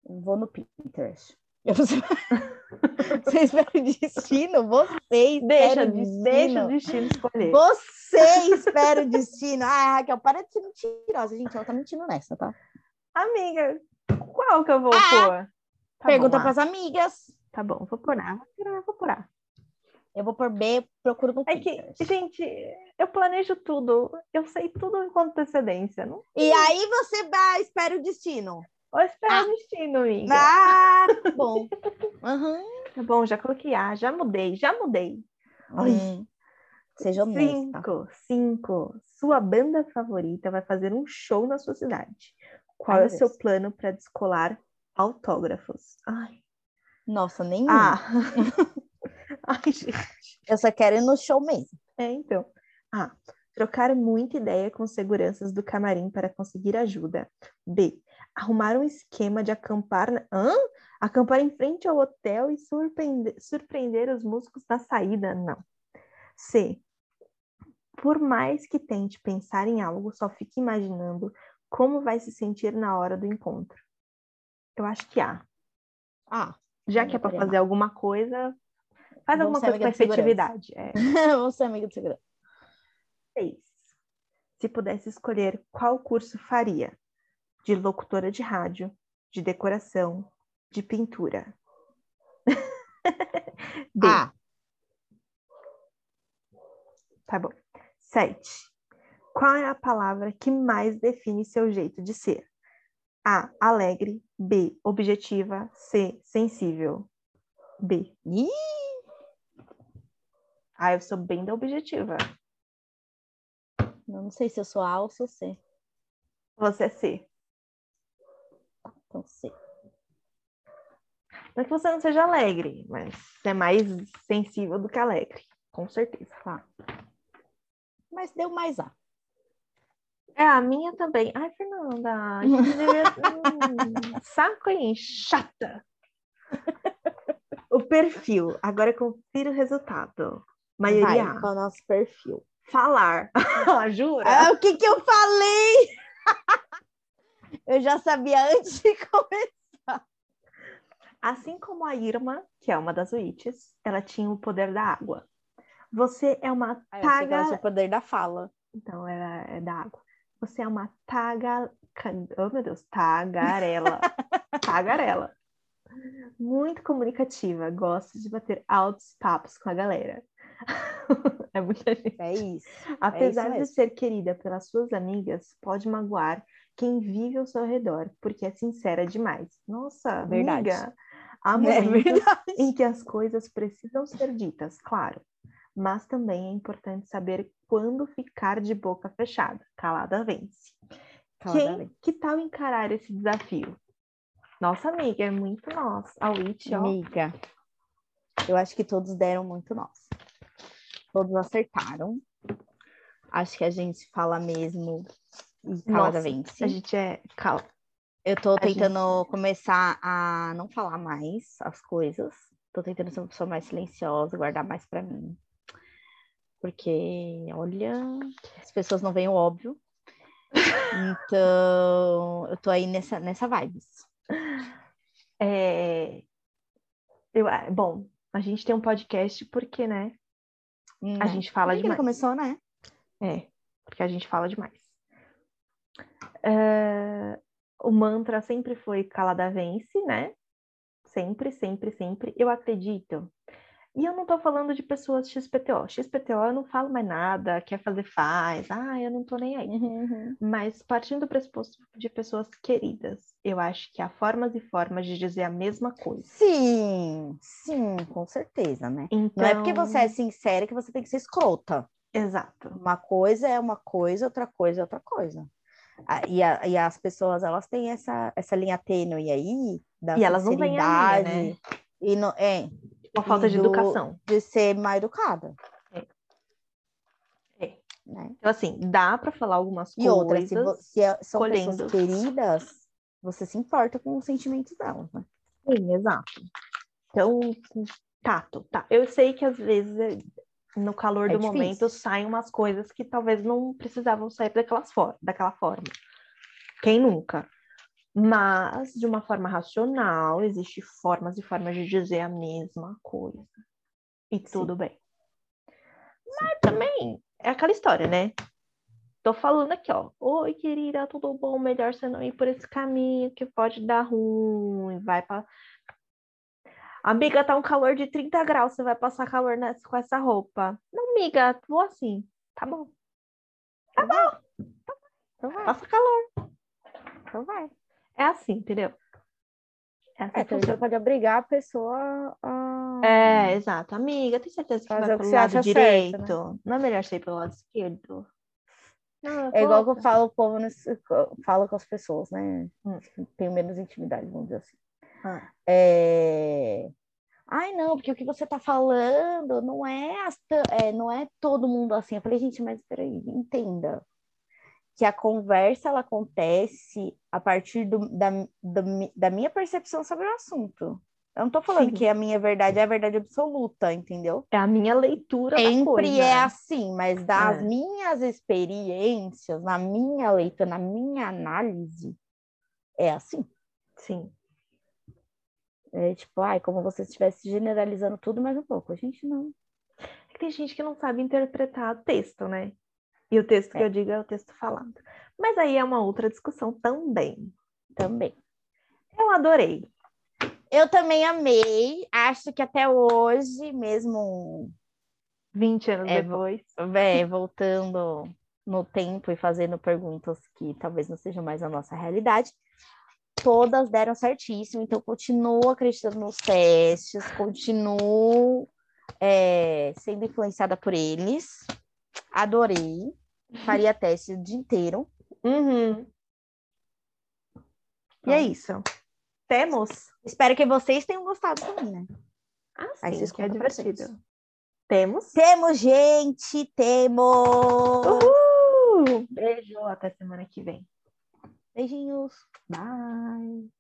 [SPEAKER 1] Vou no Pinterest. Eu vou- Você espera o destino? Você espera
[SPEAKER 2] Deixa,
[SPEAKER 1] o
[SPEAKER 2] de-
[SPEAKER 1] destino.
[SPEAKER 2] deixa o destino escolher.
[SPEAKER 1] Você espera o destino. Ah, Raquel, para de ser mentirosa. Gente, ela tá mentindo nessa, tá?
[SPEAKER 2] Amiga, qual que eu vou
[SPEAKER 1] Ah!
[SPEAKER 2] pôr? Tá
[SPEAKER 1] Pergunta
[SPEAKER 2] bom,
[SPEAKER 1] pras amigas.
[SPEAKER 2] ah, Tá bom, vou por A, vou por A, vou por A.
[SPEAKER 1] Eu vou por B, procuro no
[SPEAKER 2] É que,
[SPEAKER 1] Pinterest.
[SPEAKER 2] gente, eu planejo tudo. Eu sei tudo com antecedência. Não...
[SPEAKER 1] E aí você vai, espera o destino.
[SPEAKER 2] Eu espero o destino, amiga.
[SPEAKER 1] Ah, bom. Uhum.
[SPEAKER 2] Tá bom, já coloquei A, já mudei, já mudei. Ai.
[SPEAKER 1] Hum. Seja honesta.
[SPEAKER 2] Cinco, cinco. Sua banda favorita vai fazer um show na sua cidade. Qual
[SPEAKER 1] Ai,
[SPEAKER 2] é o
[SPEAKER 1] meu
[SPEAKER 2] seu
[SPEAKER 1] Deus.
[SPEAKER 2] plano para descolar autógrafos? Ai,
[SPEAKER 1] Nossa, nenhum.
[SPEAKER 2] ah. Ai, gente.
[SPEAKER 1] Eu só quero ir no show mesmo.
[SPEAKER 2] É, então. A. Trocar muita ideia com seguranças do camarim para conseguir ajuda. B. Arrumar um esquema de acampar. na- Hã? Acampar em frente ao hotel e surpreender, surpreender os músicos na saída. Não. C. Por mais que tente pensar em algo, só fique imaginando como vai se sentir na hora do encontro. Eu acho que A.
[SPEAKER 1] Ah,
[SPEAKER 2] Já
[SPEAKER 1] Não
[SPEAKER 2] que é para
[SPEAKER 1] queria
[SPEAKER 2] fazer alguma coisa, faz
[SPEAKER 1] Vamos
[SPEAKER 2] alguma
[SPEAKER 1] ser
[SPEAKER 2] coisa com
[SPEAKER 1] amiga de segurança.
[SPEAKER 2] efetividade. É.
[SPEAKER 1] você é amiga de segurança.
[SPEAKER 2] 6. Se pudesse escolher qual curso faria? De locutora de rádio, de decoração, de pintura. D,
[SPEAKER 1] Ah,
[SPEAKER 2] tá bom. 7. Qual é a palavra que mais define seu jeito de ser? A. Alegre. B. Objetiva. C. Sensível. B.
[SPEAKER 1] Ih,
[SPEAKER 2] Ah, eu sou bem da objetiva.
[SPEAKER 1] eu não sei se eu sou A ou sou C.
[SPEAKER 2] Você é C.
[SPEAKER 1] Então, C.
[SPEAKER 2] Não é que você não seja alegre, mas você é mais sensível do que alegre. Com certeza.
[SPEAKER 1] Tá. Mas deu mais A.
[SPEAKER 2] É, a minha também. Ai, Fernanda, ai, que devia- hum, saco, hein? Chata. O perfil. Agora confira o resultado. Maioria
[SPEAKER 1] Vai,
[SPEAKER 2] A.
[SPEAKER 1] qual é o nosso perfil.
[SPEAKER 2] Falar. Jura?
[SPEAKER 1] Ah, o que que eu falei? eu já sabia antes de começar.
[SPEAKER 2] Assim como a Irma, que é uma das witches, ela tinha o poder da água. Você é uma
[SPEAKER 1] Ah, eu achei que
[SPEAKER 2] taga...
[SPEAKER 1] ela tinha o poder da fala.
[SPEAKER 2] Então, ela é da água. Você é uma taga... ca- Oh, meu Deus. Tagarela. tagarela. Muito comunicativa. Gosta de bater altos papos com a galera. é muita gente.
[SPEAKER 1] É isso.
[SPEAKER 2] Apesar de
[SPEAKER 1] mesmo.
[SPEAKER 2] ser querida pelas suas amigas, pode magoar quem vive ao seu redor, porque é sincera demais. Nossa,
[SPEAKER 1] Verdade.
[SPEAKER 2] amiga. Há
[SPEAKER 1] É
[SPEAKER 2] momentos
[SPEAKER 1] verdade.
[SPEAKER 2] em que as coisas precisam ser ditas, claro. Mas também é importante saber quando ficar de boca fechada. Calada vence. Quem, que tal encarar esse desafio? Nossa, amiga, é muito nós. A Witch, ó.
[SPEAKER 1] Amiga, eu acho que todos deram muito nós. Todos acertaram. Acho que a gente fala mesmo e calada
[SPEAKER 2] Nossa,
[SPEAKER 1] vence.
[SPEAKER 2] A gente é cal...
[SPEAKER 1] Eu tô
[SPEAKER 2] gente-
[SPEAKER 1] tentando começar a não falar mais as coisas. Tô tentando ser uma pessoa mais silenciosa, guardar mais pra mim. Porque, olha, as pessoas não veem o óbvio. Então, eu tô aí nessa, nessa vibes.
[SPEAKER 2] É... Eu, ah, bom, a gente tem um podcast porque, né? A
[SPEAKER 1] né?
[SPEAKER 2] gente fala
[SPEAKER 1] Por que que não
[SPEAKER 2] demais.
[SPEAKER 1] começou, né?
[SPEAKER 2] É, porque a gente fala demais. É, o mantra sempre foi calada vence, né? Sempre, sempre, sempre. Eu acredito. E eu não tô falando de pessoas XPTO. XPTO eu não falo mais nada, quer fazer faz. Ah, eu não tô nem aí. Mas partindo do pressuposto de pessoas queridas, eu acho que há formas e formas de dizer a mesma coisa.
[SPEAKER 1] Sim, sim, com certeza, né?
[SPEAKER 2] Então,
[SPEAKER 1] Não é porque você é sincera que você tem que ser escrota.
[SPEAKER 2] Exato.
[SPEAKER 1] Uma coisa é uma coisa, outra coisa é outra coisa. Ah, E, a- e as pessoas, elas têm essa, essa linha tênue aí da
[SPEAKER 2] E elas não veem a né? linha,
[SPEAKER 1] tá sinceridade e não, é,
[SPEAKER 2] Uma falta de
[SPEAKER 1] do-
[SPEAKER 2] educação.
[SPEAKER 1] de ser mal educada.
[SPEAKER 2] É. É.
[SPEAKER 1] Né?
[SPEAKER 2] Então, assim, dá pra falar algumas
[SPEAKER 1] E outra, se, vo-
[SPEAKER 2] coisas.
[SPEAKER 1] se é- são
[SPEAKER 2] colhendo.
[SPEAKER 1] pessoas queridas, você se importa com os sentimentos delas, né?
[SPEAKER 2] Sim, exato. Então, tato, tá. Eu sei que às vezes, é- no calor
[SPEAKER 1] É
[SPEAKER 2] do
[SPEAKER 1] difícil.
[SPEAKER 2] momento, saem umas coisas que talvez não precisavam sair daquelas for daquela forma. Quem nunca? Mas, de uma forma racional, existem formas e formas de dizer a mesma coisa. E tudo bem. Mas também é aquela história, né? Tô falando aqui, ó. Oi, querida, tudo bom? Melhor você não ir por esse caminho que pode dar ruim. Vai pra Amiga, tá um calor de 30 graus, você vai passar calor nessa- com essa roupa. Não, amiga, vou assim. Tá bom,
[SPEAKER 1] Tá bom. Então vai,
[SPEAKER 2] passa calor.
[SPEAKER 1] então vai.
[SPEAKER 2] Ah. É assim, entendeu? É, assim
[SPEAKER 1] É,
[SPEAKER 2] que eu
[SPEAKER 1] então você pode obrigar a pessoa a...
[SPEAKER 2] É, exato. Amiga, tem certeza que
[SPEAKER 1] Uhum. Fazer
[SPEAKER 2] vai
[SPEAKER 1] o que
[SPEAKER 2] pelo
[SPEAKER 1] você
[SPEAKER 2] lado
[SPEAKER 1] acha certo, né?
[SPEAKER 2] direito? Não é melhor você ir pelo lado esquerdo? Não,
[SPEAKER 1] É igual que
[SPEAKER 2] vou-
[SPEAKER 1] eu falo o povo, nos- falo com as pessoas, né?
[SPEAKER 2] Hum.
[SPEAKER 1] Tenho menos intimidade, vamos dizer assim.
[SPEAKER 2] Ah.
[SPEAKER 1] É... Ai, não, porque o que você tá falando não é, as ta- é, não é todo mundo assim. Eu falei, gente, mas peraí, entenda que a conversa ela acontece a partir do- da, da, mi- da minha percepção sobre o assunto. Eu não tô falando
[SPEAKER 2] Sim.
[SPEAKER 1] que a minha verdade é a verdade absoluta, entendeu?
[SPEAKER 2] É a minha leitura da
[SPEAKER 1] Sempre
[SPEAKER 2] coisa. né?
[SPEAKER 1] é assim, mas das
[SPEAKER 2] É.
[SPEAKER 1] minhas experiências, na minha leitura, na minha análise, é assim.
[SPEAKER 2] Sim.
[SPEAKER 1] É tipo, ai, como você estivesse generalizando tudo mais um pouco. A gente não.
[SPEAKER 2] É que tem gente que não sabe interpretar texto, né? E o texto que eu digo é o texto falado. Mas aí é uma outra discussão também.
[SPEAKER 1] Também.
[SPEAKER 2] Eu adorei.
[SPEAKER 1] Eu também amei. Acho que até hoje, mesmo
[SPEAKER 2] 20 anos
[SPEAKER 1] É,
[SPEAKER 2] depois.
[SPEAKER 1] vé, voltando no tempo e fazendo perguntas que talvez não sejam mais a nossa realidade, todas deram certíssimo. Então, continuo acreditando nos testes, continuo é, sendo influenciada por eles. Adorei. Faria teste o dia inteiro. Uhum.
[SPEAKER 2] E é isso. Temos.
[SPEAKER 1] Espero que vocês tenham gostado também, né?
[SPEAKER 2] Ah,
[SPEAKER 1] Aí vocês
[SPEAKER 2] que é
[SPEAKER 1] contam pra gente.
[SPEAKER 2] divertido. Temos.
[SPEAKER 1] Temos, gente, temos!
[SPEAKER 2] Uhul! Beijo, até semana que vem.
[SPEAKER 1] Beijinhos!
[SPEAKER 2] Bye.